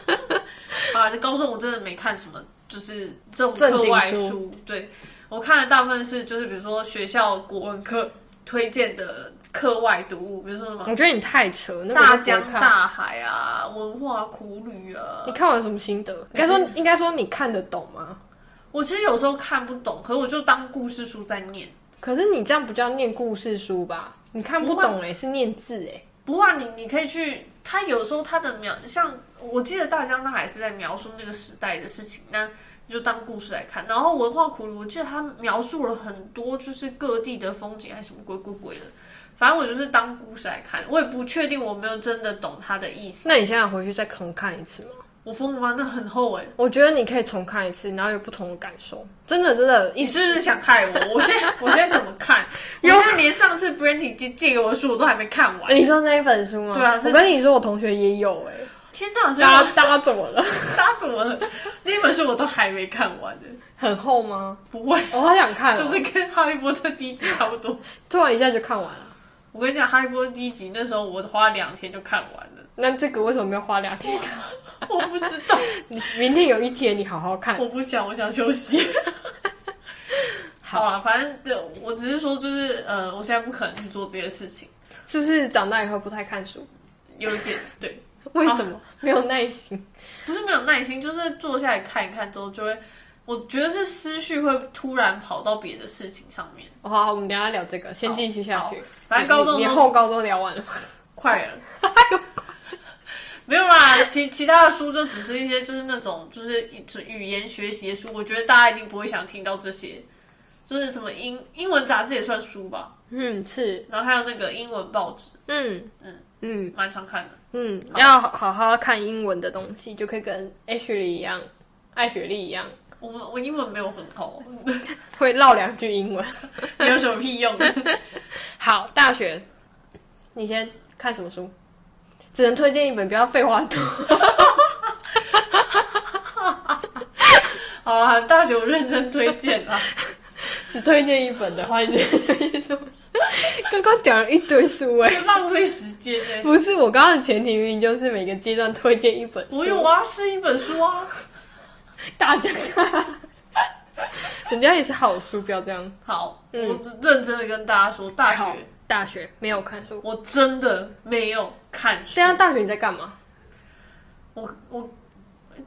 啊，高中我真的没看什么，就是这种
正
课
经
外
书
书。对，我看的大部分是就是比如说学校国文课推荐的课外读物，比如说什么
我觉得你太扯，那个我
大
都不会
江
看。
大海啊、文化苦旅啊
你。看完有什么心得？应
没
该
事
说应该说你看得懂吗？
我其实有时候看不懂，可是我就当故事书在念。
可是你这样不叫念故事书吧？你看不懂哎、是念字哎、
不过你你可以去，他有时候他的描，像我记得大江大海是在描述那个时代的事情，那你就当故事来看。然后文化苦旅，我记得他描述了很多就是各地的风景还是什么鬼鬼鬼的，反正我就是当故事来看，我也不确定我没有真的懂他的意思。
那你现在回去再重看一次吗？
我疯了吗？那很厚哎、
我觉得你可以重看一次，然后有不同的感受。真的真的，
你
一
是不是想害我？我现在我现在怎么看？我
有
现在连上次 Brandy 借借给我的书我都还没看完。
你知道那一本书吗？
对啊是
我跟你说，我同学也有哎、
天哪！所以
大
我
家大家怎么了？
他怎么了？那本书我都还没看完呢、
很厚吗？
不会。
(laughs) 我好想看、哦，
就是跟《哈利波特》第一集差不多。
突然一下就看完了。
(laughs) 我跟你讲，《哈利波特》第一集那时候我花两天就看完了，
那这个为什么没有花两天看？
(laughs) 我不知 (laughs) 道，
(laughs) 你明天有一天你好好看。
我不想，我想休息。
好
(laughs) 好啊，反正对我只是说，就是呃，我现在不可能去做这些事情，
是不是长大以后不太看书？啊
有一点对，
为什么？没有耐心。
不是没有耐心，就是坐下来看一看之后，就会，我觉得是思绪会突然跑到别的事情上面。
好好，我们等一下聊这个，先继续下去
好。反正高中
你你
都
后高中聊完了吗？
快
(laughs)
了， (laughs) 没有啦，其其他的书就只是一些就是那种就是一种语言学习的书，我觉得大家一定不会想听到这些，就是什么英英文杂志也算书吧，
嗯，是，
然后还有那个英文报纸，
嗯
嗯
嗯
蛮常看的。
嗯，要好好看英文的东西，就可以跟 Ashley 一样，艾雪莉一样，
我们我英文没有很好，
会唠两句英文。
没有什么屁用。 (laughs)
好，大学，你先看什么书？只能推荐一本，不要废话多。
好啦，大学我认真推荐啦。
只推荐一本的话，你就 (laughs) 推荐什么？刚刚讲了一堆书 (laughs) 哎、
别浪费时间哎、
不是我刚刚的前提原因就是每个阶段推荐一本书。
我有啊，是一本书啊。
大家看， (laughs) 人家也是好书，不要这样。
好，
嗯
我认真的跟大家说，大
好
学
大学没有看书，
我真的没有看书
这。样大学你在干嘛？
我我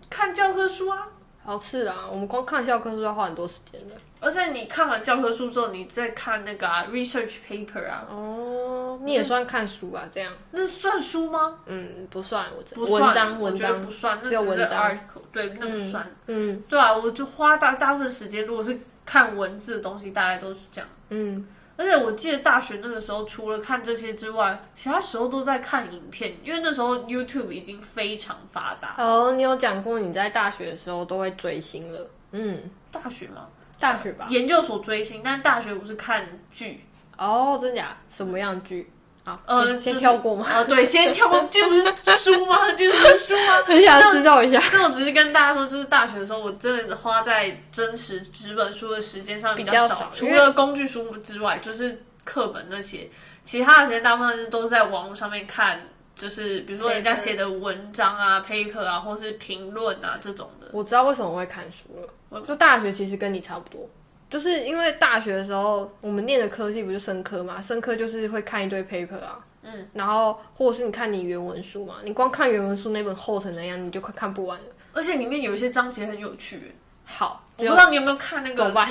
看教科书啊，
好是啊，我们光看教科书要花很多时间的。
而且你看完教科书之后，你再看那个啊 research paper 啊，
哦，你也算看书啊？这样，
那算书吗？
嗯，不算，我
不算，
文章
我
文
觉得
章，
不算，那
只有
只
文
是
章
article，对，那不算。
嗯
对啊，我就花大大部分时间，如果是看文字的东西，大概都是这样。
嗯，
而且我记得大学那个时候，除了看这些之外，其他时候都在看影片，因为那时候 YouTube 已经非常发达。
哦，你有讲过你在大学的时候都会追星了，嗯，
大学嘛，
大学吧？
研究所追星，但大学我是看剧，
哦，真假？什么样的剧？好，
呃
先
就是
先跳过吗？
啊，对，先
(laughs)
跳过，这不是书吗？这不是书吗？
很想知道一下，
那我只是跟大家说，就是大学的时候，我真的花在真实纸本书的时间上
比
较
较少
除
因为
了工具书之外，就是课本那些，其他的时间大部分是都是在网络上面看，就是比如说人家
Paper
写的文章啊、paper 啊，或是评论啊这种的。
我知道为什么会看书了。我就大学其实跟你差不多，就是因为大学的时候我们念的科系不是生科嘛，生科就是会看一堆 paper 啊，嗯，然后或者是你看你原文书嘛，你光看原文书那本厚成那样，你就快看不完了。
而且里面有一些章节很有趣，欸
好，
我
只
不
有
知道你有没有看那
怎么
(laughs) 个。
办？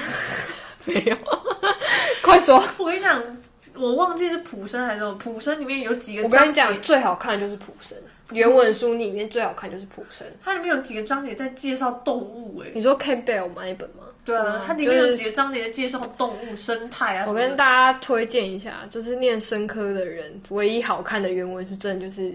没有，快说！
我跟你讲，我忘记是普生还是什么，普生里面有几个
我跟
章
你
节，
讲，最好看的就是普生，原文书里面最好看就是普生。
它里面有几个章节在介绍动物、哎。
你说 Campbell 吗？那一本吗？
对
是
啊
吗，
它里面有
就是
几个章节介绍动物生态啊。
我跟大家推荐一下，就是念生科的人，唯一好看的原文是真的就是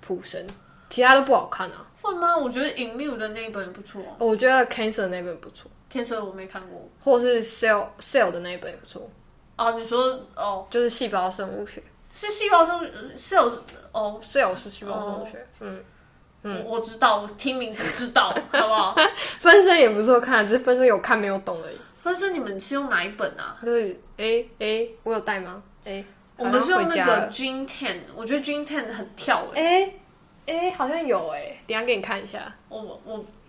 普生，其他都不好看啊。哦
会吗？我觉得《隐秘的那一本不错啊
我觉得 Cancer 那本不错，
，Cancer 我没看过。
或是 Cell Cell 的那一本也不错，
哦，你说哦，
就是细胞生物学
是细胞生物是有哦，
，Cell 是细胞生物学，嗯，
我我知道，我听名字知道，
(laughs)
好不好？
分身也不错看，只是分身有看没有懂而已。
分身你们是用哪一本啊？
就是诶诶，我有带吗？诶，
我们是用
好像回
那
家
个
了
Gene Ten，我觉得 Gene Ten 很跳哎、
诶诶，好像有诶，等一下给你看一下。
我我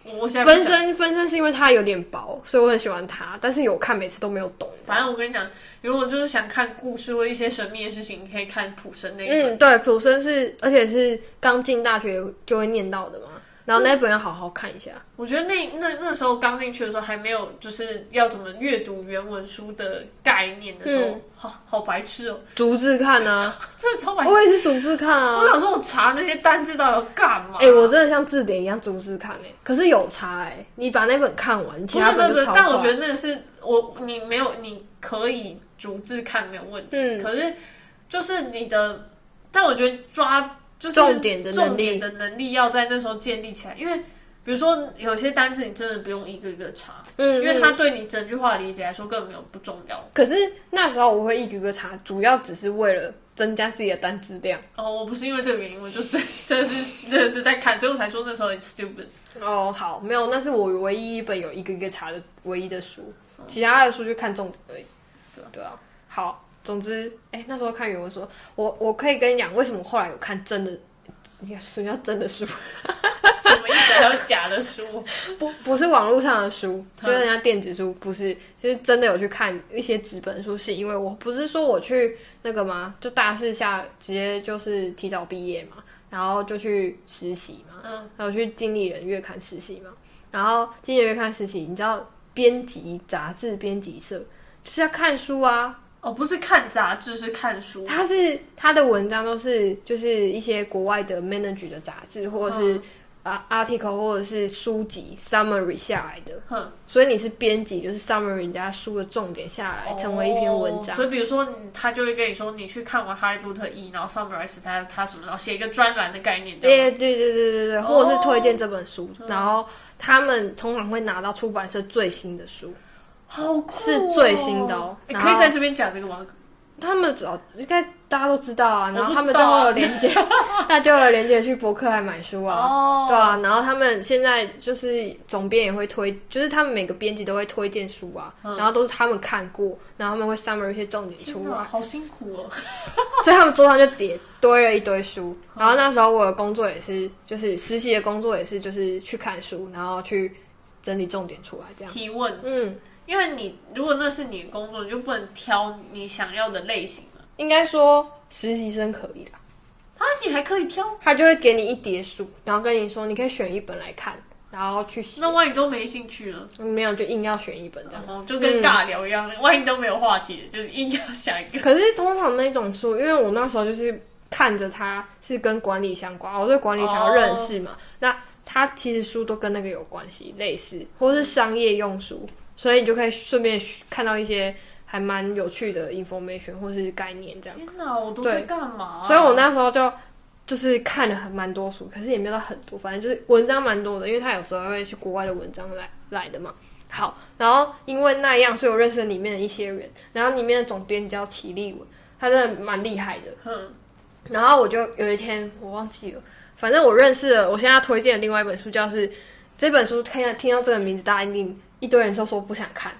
我我现在不
分
想，
身分身是因为它有点薄，所以我很喜欢它，但是有看每次都没有懂。
反正我跟你讲，如果就是想看故事或一些神秘的事情，你可以看普生那一本。
嗯，对，普生是，而且是刚进大学就会念到的嘛。然后那一本要好好看一下。
我觉得那那那时候刚进去的时候还没有就是要怎么阅读原文书的概念的时
嗯
候，好好白
(laughs)
痴哦、
逐字看啊，
真的超白痴。
我也是逐字看啊
我。想说，我查那些单字到底要干嘛？
哎、我真的像字典一样逐字看哎、可是有差哎、你把那本看完，其
不
他
是不是
本
不
就是超，
但我
快
觉得那个是我你没有，你可以逐字看没有问题。
嗯
可是就是你的，但我觉得抓就是
重点的能力
重点的能力要在那时候建立起来，因为比如说有些单词你真的不用一个一个查，
嗯，
因为它对你整句话的理解来说根本没有不重要。
可是那时候我会一个一个查，主要只是为了增加自己的单字量。
哦，我不是因为这个原因，我就真真的是真的是在看，所以我才说那时候很 stupid。
哦，好，没有，那是我唯一一本有一个一个查的唯一的书，其他的书就看重点而已。对啊，好，总之，哎、那时候看原文说，我我可以跟你讲，为什么后来有看真的，什么叫真的书？
什么意思？还有假的书？
(laughs) 不不是网络上的书，就是人家电子书，不是，就是真的有去看一些纸本书，是因为我不是说我去那个吗？就大四下直接就是提早毕业嘛，然后就去实习嘛，嗯，还有去经理人月刊实习嘛，然后经理人月刊实习，你知道编辑杂志编辑社就是要看书啊，
(laughs) 哦，不是看杂志，是看书。
他是他的文章都是就是一些国外的 manager 的杂志，或者
嗯
是啊 article 或者是书籍 summary 下来的。
哼
所以你是编辑，就是 summary 人家书的重点下来，
哦
成为一篇文章。
哦所以比如说你，他就会跟你说，你去看完《哈利波特》一，然后 summarize 他他什么，然后写一个专栏的概念。这样
对对对对对对，
哦嗯
或者是推荐这本书，然后他们通常会拿到出版社最新的书，
好酷、哦，
是最新的哦
诶
然后
可以在这边讲这个吗？
他们早应该大家都知道啊，然后
我
他
不
们就
知道
会
啊
有连
(laughs)
接，那就有连接去博客来买书啊。
哦
对啊，然后他们现在就是总编也会推，就是他们每个编辑都会推荐书啊，然后都是他们看过，然后他们会 summary 一些重点
嗯天
出
哪，
来，
好辛苦哦。
所以他们桌上就叠堆了一堆书。
嗯
然后那时候我的工作也是，就是实习的工作也是，就是去看书，然后去整理重点出来这样。
提问，
嗯，
因为你如果那是你的工作，你就不能挑你想要的类型了
应该说实习生可以啦，
啊，你还可以挑。
他就会给你一叠书，然后跟你说你可以选一本来看，然后去写嗯
那。万一都没兴趣了，
没有就硬要选一本这样
然。后就跟尬聊一样，万一都没有话题，就是硬要想一个。
可是通常那种书，因为我那时候就是看着它是跟管理相关，我对管理想要认识嘛。那它其实书都跟那个有关系，类似或是商业用书，所以你就可以顺便看到一些还蛮有趣的 information 或是概念这样。
天哪，我都在干嘛、啊
所以我那时候就就是看了很蛮多书，可是也没有到很多，反正就是文章蛮多的，因为他有时候会去国外的文章来来的嘛。好，然后因为那样，所以我认识了里面的一些人，然后里面的总编叫齐立文，他真的蛮厉害的。
嗯，
然后我就有一天我忘记了，反正我认识了，我现在要推荐的另外一本书，叫是这本书，看到听到这个名字，大家一定一堆人都说不想看，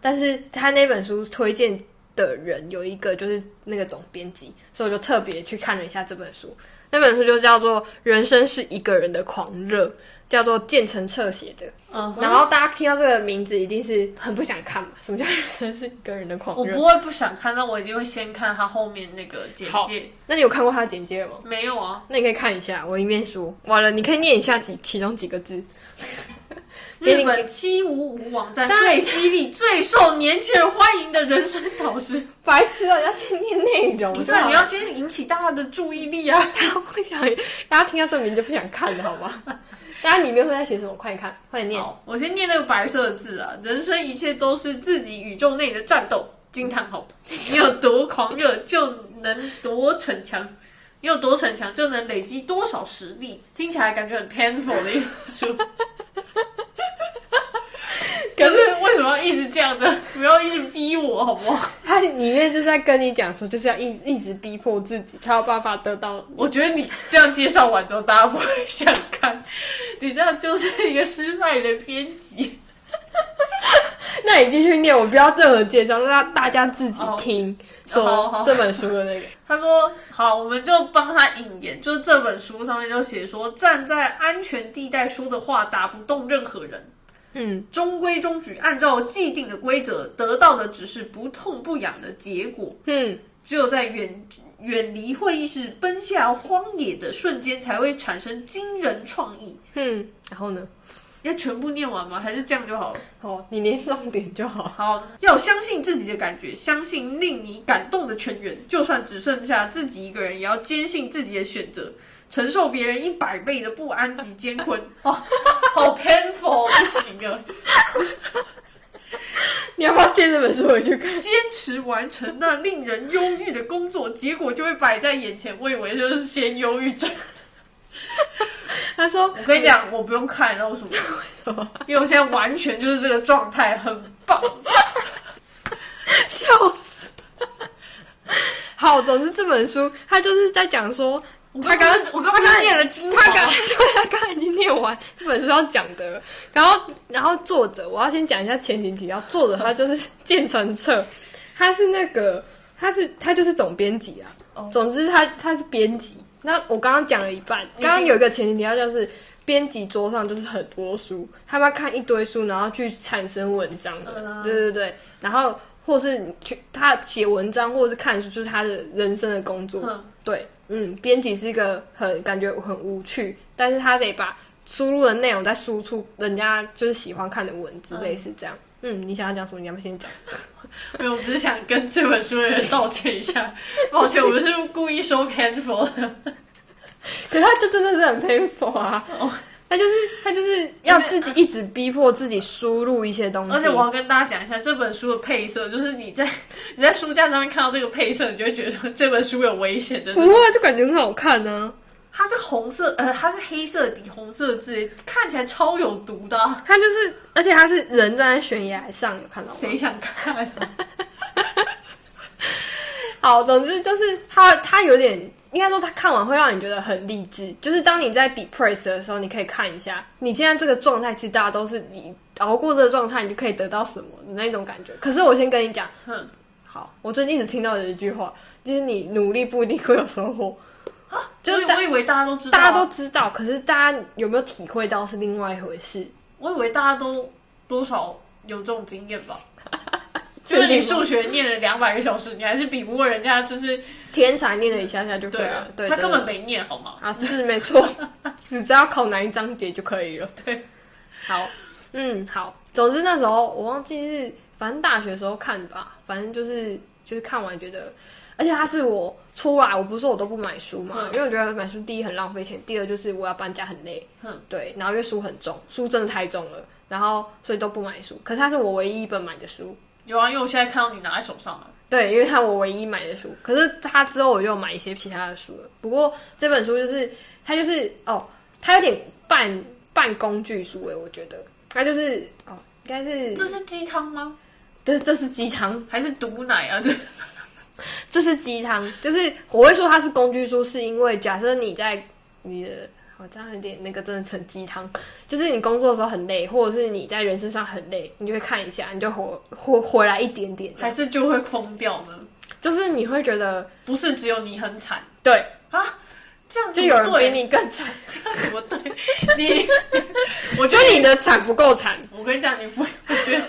但是他那本书推荐的人有一个就是那个总编辑，所以我就特别去看了一下这本书。那本书就叫做《人生是一个人的狂热》，叫做建成彻写的。
嗯哼，
然后大家听到这个名字，一定是很不想看嘛？什么叫人生是一个人的狂
我
热？
不会不想看，但我一定会先看他后面那个简
好
介。
那你有看过他的简介了吗？
没有啊，
那你可以看一下，我一面说完了，你可以念一下几其中几个字。
日本七五五网站
当然
最犀利、最受年轻人欢迎的人生导师，
白痴哦，你要去念内容，
不是、啊、你要先引起大家的注意力啊！
大家不想，大家听到这名就不想看了，好吗？ (laughs) 大家里面会在写什么？快点看，快点念。
好，我先念那个白色的字啊，人生一切都是自己宇宙内的战斗。惊叹号！你有多狂热，就能多逞强。你有多逞强，就能累积多少实力。听起来感觉很 painful 的一本书。可是为什么要一直这样的？不要一直逼我，好不好？
它里面就是在跟你讲说，就是要一一直逼迫自己，才有办法得到。
我觉得你这样介绍完之后，大家不会想看。你这样就是一个失败的编辑。
那你继续念，我不要任何介绍，让大家自己听
好
说
好
这本书的那个。
他说：“好，我们就帮他引言，就是这本书上面就写说，站在安全地带说的话打不动任何人。”
(laughs) 嗯，
中规中矩，按照既定的规则，得到的只是不痛不痒的结果。
嗯，
只有在远远离会议室、奔下荒野的瞬间，才会产生惊人创意。
嗯，然后呢？
要全部念完吗？还是这样就好了？
好，你念重点就好。
好，要相信自己的感觉，相信令你感动的全员，就算只剩下自己一个人，也要坚信自己的选择，承受别人一百倍的不安及艰困。 (laughs) 哦，好 painful，不行啊！
你要不要借这本书回去看？
坚持完成那令人忧郁的工作，结果就会摆在眼前。我以为就是先忧郁症。
他说
(laughs) 我跟你讲，我不用看，然后什么？ (laughs) 因为我现在完全就是这个状态，很棒。
(laughs) 笑死。好，总之这本书他就是在讲说，他刚
我刚刚念了精华
他，
(laughs)
刚对他刚才已经念完这本书要讲的了，然后然后作者我要先讲一下前情提要，作者他就是 (laughs) 建成彻，他是那个他是他就是总编辑啊，
哦
总之他他是编辑。那我刚刚讲了一半，刚刚有一个前情提要就是。编辑桌上就是很多书，他们要看一堆书，然后去产生文章的
嗯，
对对对，然后或是你去他写文章，或者是看书，就是他的人生的工作，
嗯
对，嗯，编辑是一个很感觉很无趣，但是他得把输入的内容再输出人家就是喜欢看的文字，
嗯
类似这样。嗯，你想要讲什么？你要不要先讲？
没有，我只是想跟这本书的人道歉一 (laughs) 下，抱歉，我们是故意说 (laughs) painful 的，
可是他就真的是很 painful 啊，
哦
(laughs) 他就是他就是要自己一直逼迫自己输入一些东西，
而且我要跟大家讲一下，这本书的配色，就是你在你在书架上面看到这个配色，你就会觉得说这本书有危险的
不会啊就感觉很好看啊呢、
它是红色，呃，它是黑色底红色字，看起来超有毒的啊、
他就是，而且他是人站在悬崖上，有看到吗？
谁想看、啊？
好，总之就是他，他有点应该说，他看完会让你觉得很励志。就是当你在 depressed 的时候，你可以看一下你现在这个状态，其实大家都是你熬过这个状态，你就可以得到什么的那种感觉。可是我先跟你讲，
嗯
好，我最近一直听到的一句话，就是你努力不一定会有收获。 (laughs) 就
就是是我以为大家都知道，啊
大家都，知道，可是大家有没有体会到是另外一回事？
我以为大家都多少有这种经验吧。
确
就
定吗
是你数学念了两百个小时，你还是比不过人家，就是
天才念了一下下就可以
对
了
啊，，
对，
他
真
根
的
本没念好吗？
啊，是没错， (laughs) 只知道考哪一章节就可以了。
对，
好，嗯，好。总之那时候我忘记是，反正大学的时候看吧，反正就是就是看完觉得，而且它是我出来，我不是说我都不买书嘛，
嗯
因为我觉得买书第一很浪费钱，第二就是我要搬家很累，
嗯，
对，然后因为书很重，书真的太重了，然后所以都不买书。可是它是我唯一一本买的书，
有啊，因为我现在看到你拿在手上啊了。
对，因为它我唯一买的书，可是它之后我就有买一些其他的书了。不过这本书就是它就是哦，它有点半半工具书诶，我觉得它就是哦，应该是
这是鸡汤吗？
这这是鸡汤，
还是毒奶啊？这
这是鸡汤，就是我会说它是工具书，是因为假设你在你的。好，这样有点那个，真的很鸡汤。就是你工作的时候很累，或者是你在人生上很累，你就会看一下，你就回回回来一点点这样，
还是就会疯掉呢？
就是你会觉得，
不是只有你很惨，
对，
这样
就
怎
有
么
人比
对？
你更惨。
这样怎么对？你，我
我
觉
觉
得
得
你
你的惨不够惨，
我跟你讲，你不，我觉得，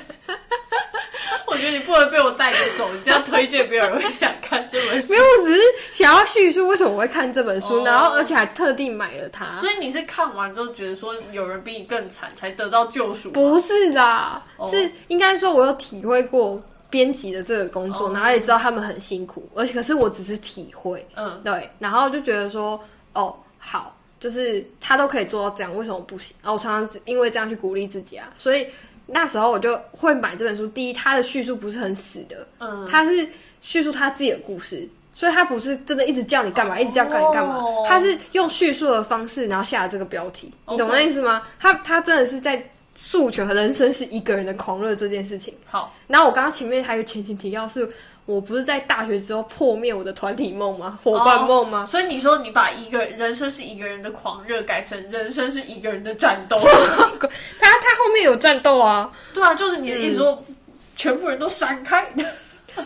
我觉得你不能被我带着走。你这样推荐，没有人会想看这本书。
没有，我只是想要叙述为什么我会看这本书，
哦
然后而且还特地买了它。
所以你是看完之后觉得说有人比你更惨，才得到救赎吗？
不是啦，
哦
是应该说我有体会过编辑的这个工作，
哦
然后也知道他们很辛苦，而且可是我只是体会，
嗯，
对，然后就觉得说，哦，好，就是他都可以做到这样，为什么不行？然后我常常因为这样去鼓励自己啊，所以那时候我就会买这本书。第一，它的叙述不是很死的，
嗯，
它是叙述他自己的故事，所以他不是真的一直叫你干嘛，一直叫干你干嘛
哦，
他是用叙述的方式，然后下了这个标题，你懂
OK
那意思吗？他他真的是在诉求人生是一个人的狂热这件事情。
好，
然后我刚刚前面还有前情提要是。我不是在大学之后破灭我的团体梦吗？伙伴梦吗？
哦所以你说你把一个人生是一个人的狂热改成人生是一个人的
(laughs)
战斗，
他他后面有战斗啊。
对啊，就是你的意思说、
嗯
全部人都闪开，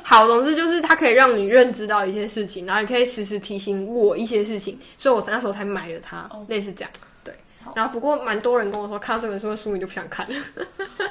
好，总之就是它可以让你认知到一些事情，然后也可以时时提醒我一些事情，所以我那时候才买了它，类似这样。对，然后不过蛮多人跟我说，看到这本书的书你就不想看了。 (laughs)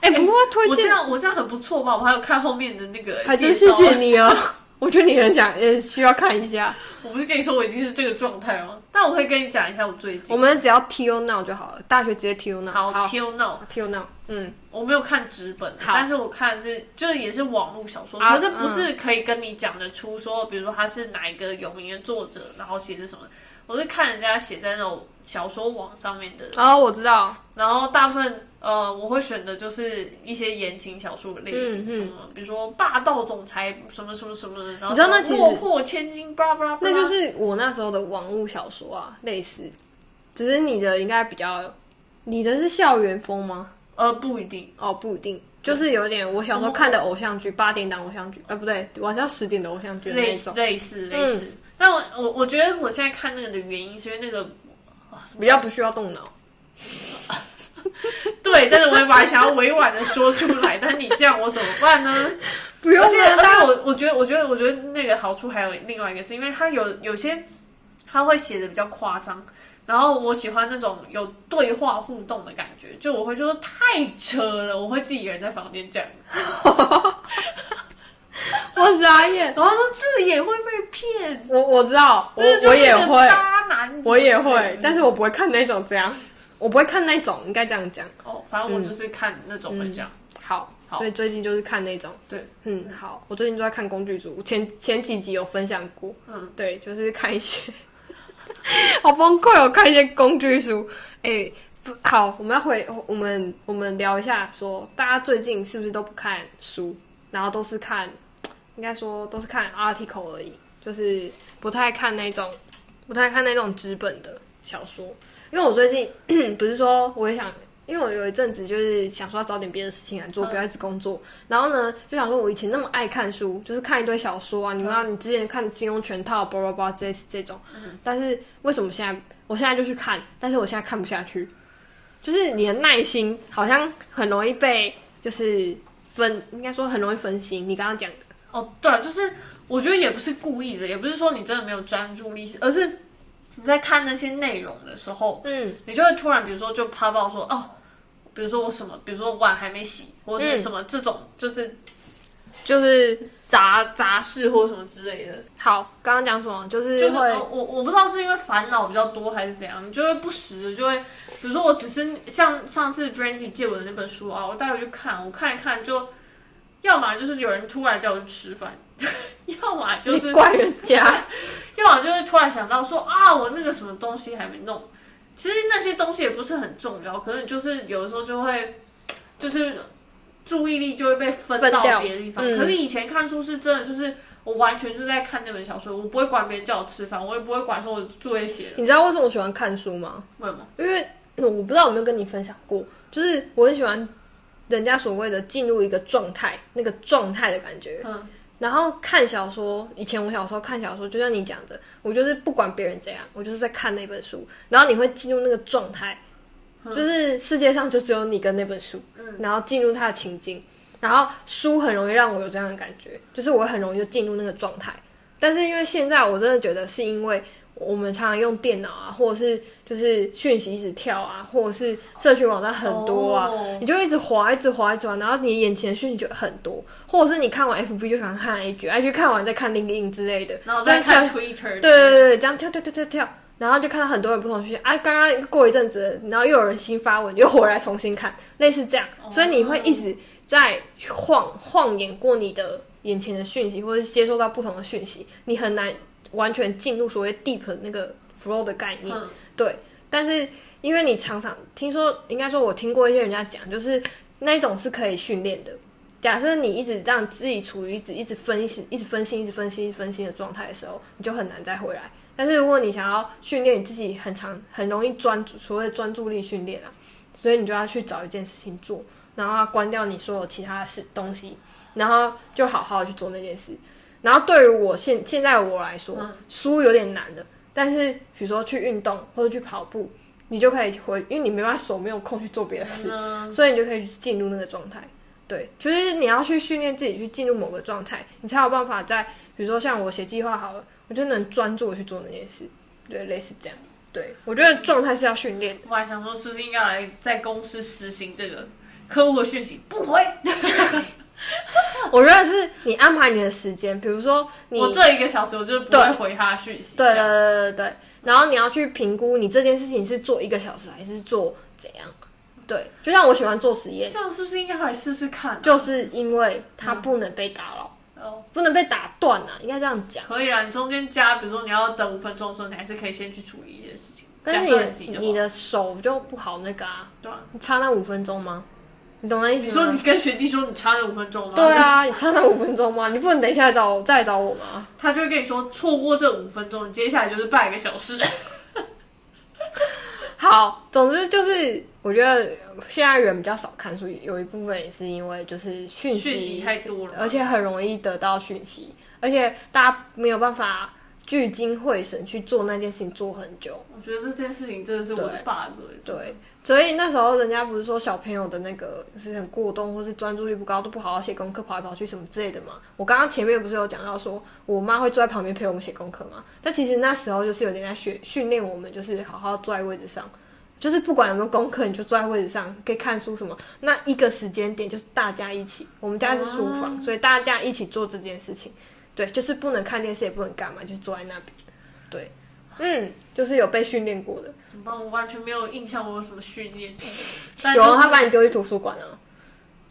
哎、不过推
我这
荐
样我这样很不错吧？我还有看后面的那个
还
介
真
绍
谢，谢你哦， (laughs) 我觉得你很想也需要看一 (laughs) 下。
我不是跟你说我已经是这个状态吗？但我会跟你讲一下我最近
我们只要 T O now 就好了，大学直接 T O now。
好 till now。
T O now，嗯，
我没有看纸本的，
好
但是我看的是就是也是网络小说，
啊
可是不是可以跟你讲得出说，比如说他是哪一个有名的作者，然后写的什么。我是看人家写在那种小说网上面的，
哦，我知道，
然后大部分呃我会选的就是一些言情小说的类型，
嗯嗯
什么比如说霸道总裁什么什么什么的，然后
你知道那
什
其
么
实
落魄千金，巴拉巴拉巴
那
拉，
就是我那时候的网络小说啊，类似，只是你的应该比较，你的是校园风吗？
呃不一定，
哦，不一定，就是有点我小时候看的偶像剧，八点档偶像剧，呃，不对，晚上十点的偶像剧的那
类
一
似
种，嗯
类似类似。但我我我觉得我现在看那个的原因是因为那个
比较不需要动脑。
对，但是我也把它想要委婉的说出来，但是你这样我怎么办呢？
(laughs) 不用
而且，
啊，
而
大
且
家
我我觉得，我觉得，我觉得那个好处还有另外一个是，因为它有有些它会写的比较夸张，然后我喜欢那种有对话互动的感觉，就我会说太扯了，我会自己一个人在房间
(laughs)
这样，
我傻眼，
然后说这也会被骗，
我我知道，我
这就
我
是
也
个
会，
渣男，
我也
什么之类
会
的，
但是我不会看那种这样，我不会看那种，应该这样讲。
哦，反
嗯
正我就是看那种的这样，
好，所以最近就是看那种，
对，
嗯，好，我最近都在看工具书，前前几集有分享过，
嗯，
对，就是看一些， (laughs) 好崩溃哦，看一些工具书，哎、不好，我们要回我们我们聊一下说大家最近是不是都不看书，然后都是看，应该说都是看 article 而已，就是不太看那种不太看那种纸本的小说，因为我最近不是说我也想，因为我有一阵子就是想说要找点别的事情来
嗯
做，不要一直工作。然后呢，就想说我以前那么爱看书，就是看一堆小说啊，
嗯
你们要你之前看金庸全套，叭叭叭这这种，
嗯
但是为什么现在我现在就去看，但是我现在看不下去，就是你的耐心好像很容易被就是分，应该说很容易分心。你刚刚讲的，
哦，对啊，就是我觉得也不是故意的，也不是说你真的没有专注力，而是你在看那些内容的时候，
嗯，
你就会突然，比如说就啪爆说哦，比如说我什么，比如说碗还没洗，或者是什么这种，就是
就是
杂杂事或什么之类的，
好，刚刚讲什么，就是
嗯就是
会。
呃我我不知道是因为烦恼比较多还是怎样，你就会不时地就会，比如说我只是像上次 Brandy 借我的那本书啊，我带回去看，我看一看就，要么就是有人突然叫我去吃饭， (laughs) 要么啊就是
你怪人家，
要么就会突然想到说啊，我那个什么东西还没弄。其实那些东西也不是很重要，可是你就是有的时候就会，就是注意力就会被分
分
到
掉
别的地方。
嗯
可是以前看书是真的，就是我完全就在看那本小说，我不会管别人叫我吃饭，我也不会管说我作业写了
你知道为什么我喜欢看书吗？
为什么。
因为嗯我不知道有没有跟你分享过，就是我很喜欢人家所谓的进入一个状态，那个状态的感觉。
嗯，
然后看小说，以前我小时候看小说，就像你讲的，我就是不管别人怎样，我就是在看那本书，然后你会进入那个状态，
嗯
就是世界上就只有你跟那本书，然后进入它的情境，然后书很容易让我有这样的感觉，就是我很容易就进入那个状态。但是因为现在我真的觉得是因为我们常常用电脑啊，或者是就是讯息一直跳啊，或者是社群网站很多啊，
哦
你就一直滑，一直滑，一直滑，然后你眼前的讯息就很多，或者是你看完 FB 就想看 IG，IG 看完再看 LinkedIn 之类的，
然后再看
这样跳，对
Twitter，
对对，这样跳跳跳跳跳，然后就看到很多人不同的讯息，啊，刚刚过一阵子，然后又有人新发文，又回来重新看，类似这样，所以你会一直在晃晃眼过你的眼前的讯息，或者是接收到不同的讯息，你很难完全进入所谓 deep 的那个 flow 的概念。
嗯
对，但是因为你常常听说，应该说我听过一些人家讲，就是那一种是可以训练的。假设你一直让自己处于一直一直分心、一直分心、一直分心、一直分心的状态的时候，你就很难再回来。但是如果你想要训练你自己很长、很容易专注，所谓专注力训练啊，所以你就要去找一件事情做，然后要关掉你所有其他的事东西，然后就好好地去做那件事。然后对于我现现在我来说，书有点难的，但是比如说去运动或者去跑步，你就可以回，因为你没办法手没有空去做别的事，
嗯
所以你就可以进入那个状态。对，就是你要去训练自己去进入某个状态，你才有办法在，比如说像我写计划好了，我就能专注地去做那件事，对，类似这样。对，我觉得状态是要训练的。
我还想说，是不是应该来在公司实行这个客户的讯息不回？
我觉得是你安排你的时间，比如说你
哦我这一个小时我就是不会回他的讯息。
对对对对对，然后你要去评估你这件事情是做一个小时还是做怎样。对，就像我喜欢做实验，
这样是不是应该来试试看、啊？
就是因为它不能被打扰，
哦，
不能被打断啊，应该这样讲。
可以啊，你中间加，比如说你要等五分钟的时候，你还是可以先去处理一件事情。假
但
设很
是
急
你
的
的
话，
你的手就不好那个啊，
对啊
你差那五分钟吗？你懂那意
你
思
说
吗
你？跟学弟说你差了五分钟吗？
对，啊，你差那五分钟吗？你不能等一下来找我再来找我吗？
他就会跟你说，错过这五分钟，你接下来就是半个小时。
好，总之就是我觉得现在人比较少看书，有一部分也是因为就是讯
讯息太多了
而且很容易得到讯息，而且大家没有办法聚精会神去做那件事情做很久。
我觉得这件事情真的是我的 bug 欸。
对，所以那时候人家不是说小朋友的那个就是很过动，或是专注力不高，都不好好写功课，跑来跑去什么之类的嘛。我刚刚前面不是有讲到说，我妈会坐在旁边陪我们写功课嘛？但其实那时候就是有点在学训练我们，就是好好坐在位置上，就是不管有没有功课，你就坐在位置上可以看书什么。那一个时间点就是大家一起，我们家是书房，所以大家一起做这件事情。对，就是不能看电视，也不能干嘛，就是坐在那边。对，嗯，就是有被训练过的。
怎么办？我完全没有印象，我有什么
(laughs)
训练？但
有
就
啊，他
是
把你丢去图书馆啊，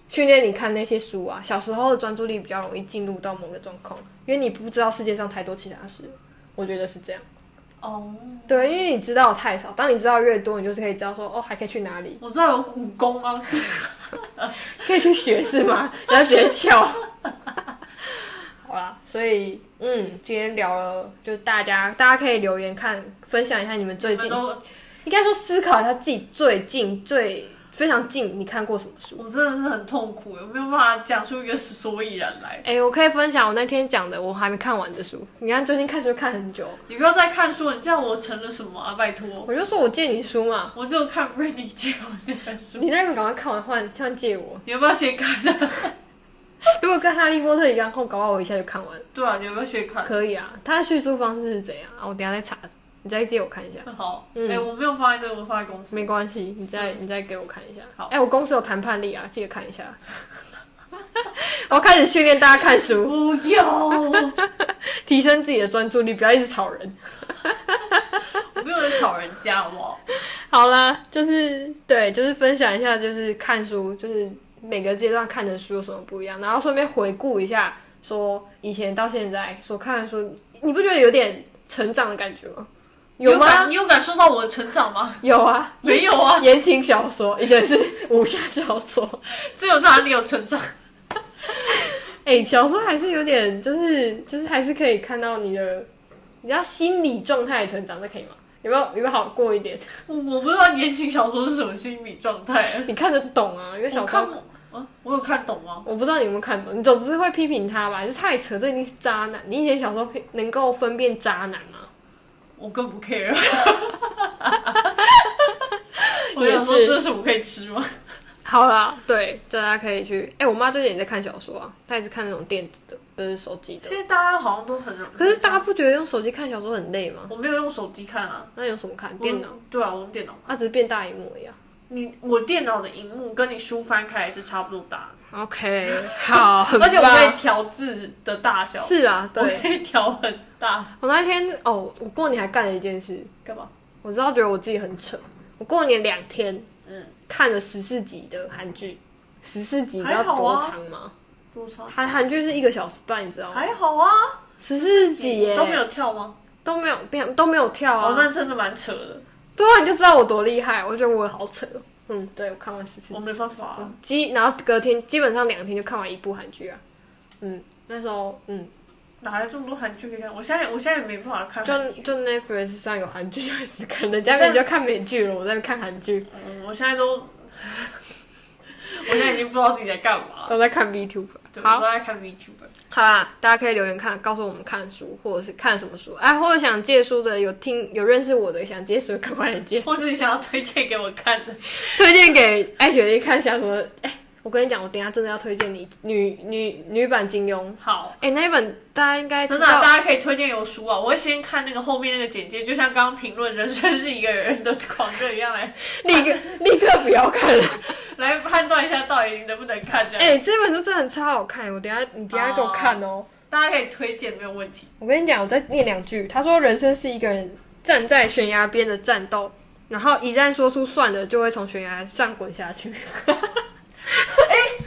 训练你看那些书啊。小时候的专注力比较容易进入到某个状况，因为你不知道世界上太多其他事，我觉得是这样。
哦，
对，因为你知道的太少，当你知道越多，你就是可以知道说，哦，还可以去哪里， (laughs)
我知道有武功啊，
可以去学是
(laughs)
吗？然后直接翘。好啦，所以嗯，今天聊了，就是大家大家可以留言看，分享一下你们最
你
近
们，都
应该说思考一下自己最近最非常近你看过什么书。
我真的是很痛苦，我没有办法讲出一个所以然来。
哎、我可以分享我那天讲的我还没看完的书。你看最近看书看很久，
你不要再看书了，你这样我成了什么啊？拜托，
我就说我借你书嘛，
我只有看 Brandy 借我那本书，
你那边赶快看完换换借我。
你要不要先看呢、 (laughs)
如果跟哈利波特一样厚，搞不好我一下就看完了。
对啊，你要不要先看？
可以啊，它的叙述方式是怎样啊？我等一下再查，你再借我看一下，
好，哎、
嗯
我没有放在这个，我放在公司。
没关系，你再你再给我看一下。
好
哎、我公司有谈判力啊，记得看一下。 (laughs) 我要开始训练大家看书，
不要，我
提升自己的专注力，不要一直吵人。
没有在吵人家，好不好？
好啦，就是对，就是分享一下，就是看书，就是每个阶段看的书有什么不一样，然后顺便回顾一下，说以前到现在所看的书，你不觉得有点成长的感觉吗？有
你感
吗？
你有感受到我的成
(laughs)
长吗？
有啊，
没有啊，
言情小说，以前是武侠小说，
这有哪里有成长？
哎、小说还是有点，就是就是还是可以看到你的，你要心理状态的成长，这可以吗？有没有有没有好过一点？
我我不知道言情小说是什么心理状态。
你看得懂啊？因为
我
小说
看不啊，我有看懂吗？
我不知道你有没有看懂，你总之会批评他吧？就是太扯，这一定是渣男。你以前小时候可以能够分辨渣男吗？
我更不
(laughs)
care。我
也是
想说，这是我可以吃吗？
好啦，对，大家可以去。哎、我妈最近也在看小说啊，她也是看那种电子的，就是手机的。
现在大家好像都很，
可是大家不觉得用手机看小说很累吗？
我没有用手机看啊，
那有什么看？
我
电脑，
对啊，我用电脑。
它、只是变大荧幕一啊样。
你我电脑的荧幕跟你书翻开来是差不多大，
OK，好，哦 (laughs) 很
而且我
棒
可以调字的大小，
是啊，
我
对
可以调很大。
我那天哦，我过年还干了一件事，
干嘛？
我知道觉得我自己很扯。我过年两天
嗯，
看了十四集的韩剧，十四集你知
还
道
好
多
啊
长吗？
多长？
韩韩剧是一个小时半，你知道吗？
还好啊，
十四集耶，
都没有跳吗？
都没有没有都没有跳
哦，
啊！
那真的蛮扯的。
对啊，你就知道我多厉害，我觉得我好扯。嗯，对我看完十次
我没办法啊、
基，然后隔天基本上两天就看完一部韩剧啊。嗯，那时候嗯，
哪来这么多韩剧可以看？我现在我现在也没办法看韩
就就 Netflix 上有韩剧就开始看，人家感觉看美剧了，我在看韩剧，
嗯，我现在都，我现在已经不知道自己在干嘛了。
都在看 VTuber。
对，我
好
都，在看 VTuber。
好啦，大家可以留言看，告诉我们看书或者是看什么书，哎、或者想借书的，有听有认识我的想借书，赶快来借，
或者你想要推荐给我看的，
推荐给艾雪莉看一下什么？ (laughs) 哎、我跟你讲，我等一下真的要推荐你女女女版金庸，
好，
哎、那一本大家应该知
真的啊、
道，
大家可以推荐有书啊。我会先看那个后面那个简介，就像刚刚评论“人生是一个人的狂热”一样来
立 (laughs) 刻立刻不要 (laughs) 看了。
来判断一下到底能不能看这样。
哎、这本书真的很超好看，我等一下你等一下给我看哦。
大家可以推荐没有问题。
我跟你讲，我再念两句。他说：“人生是一个人站在悬崖边的战斗，然后一旦说出算了，就会从悬崖上滚下去。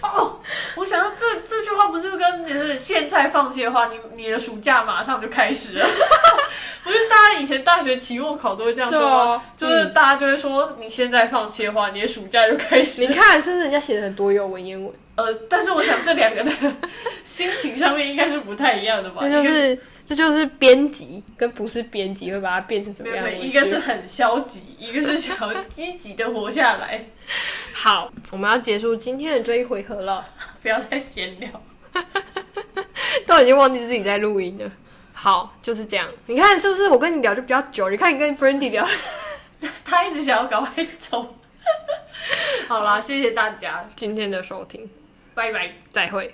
哦，我想到这这句话不是跟你是现在放弃的话，你你的暑假马上就开始了。
(laughs)
不是大家以前大学期末考都会这样说
对
吗？
啊
就是大家就会说，你现在放弃的话，你的暑假就开”始
你。 (laughs) 看是不是人家写的很多有文言文？
呃，但是我想这两个的心情上面应该是不太一样的吧？
这就
一个
是这就是编辑啊跟不是编辑会把它变成什么
没有
样的
没
文
有，
字？
一个是很消极，一个是想要积极的活下来，
(laughs) 好，我们要结束今天的这一回合了，
不要再闲聊。
都已经忘记自己在录音了。好，就是这样。你看是不是我跟你聊就比较久？你看你跟 Brandy 聊，
他一直想要赶快走。 (laughs) 好啦，谢谢大家，
今天的收听，
拜拜。
再会。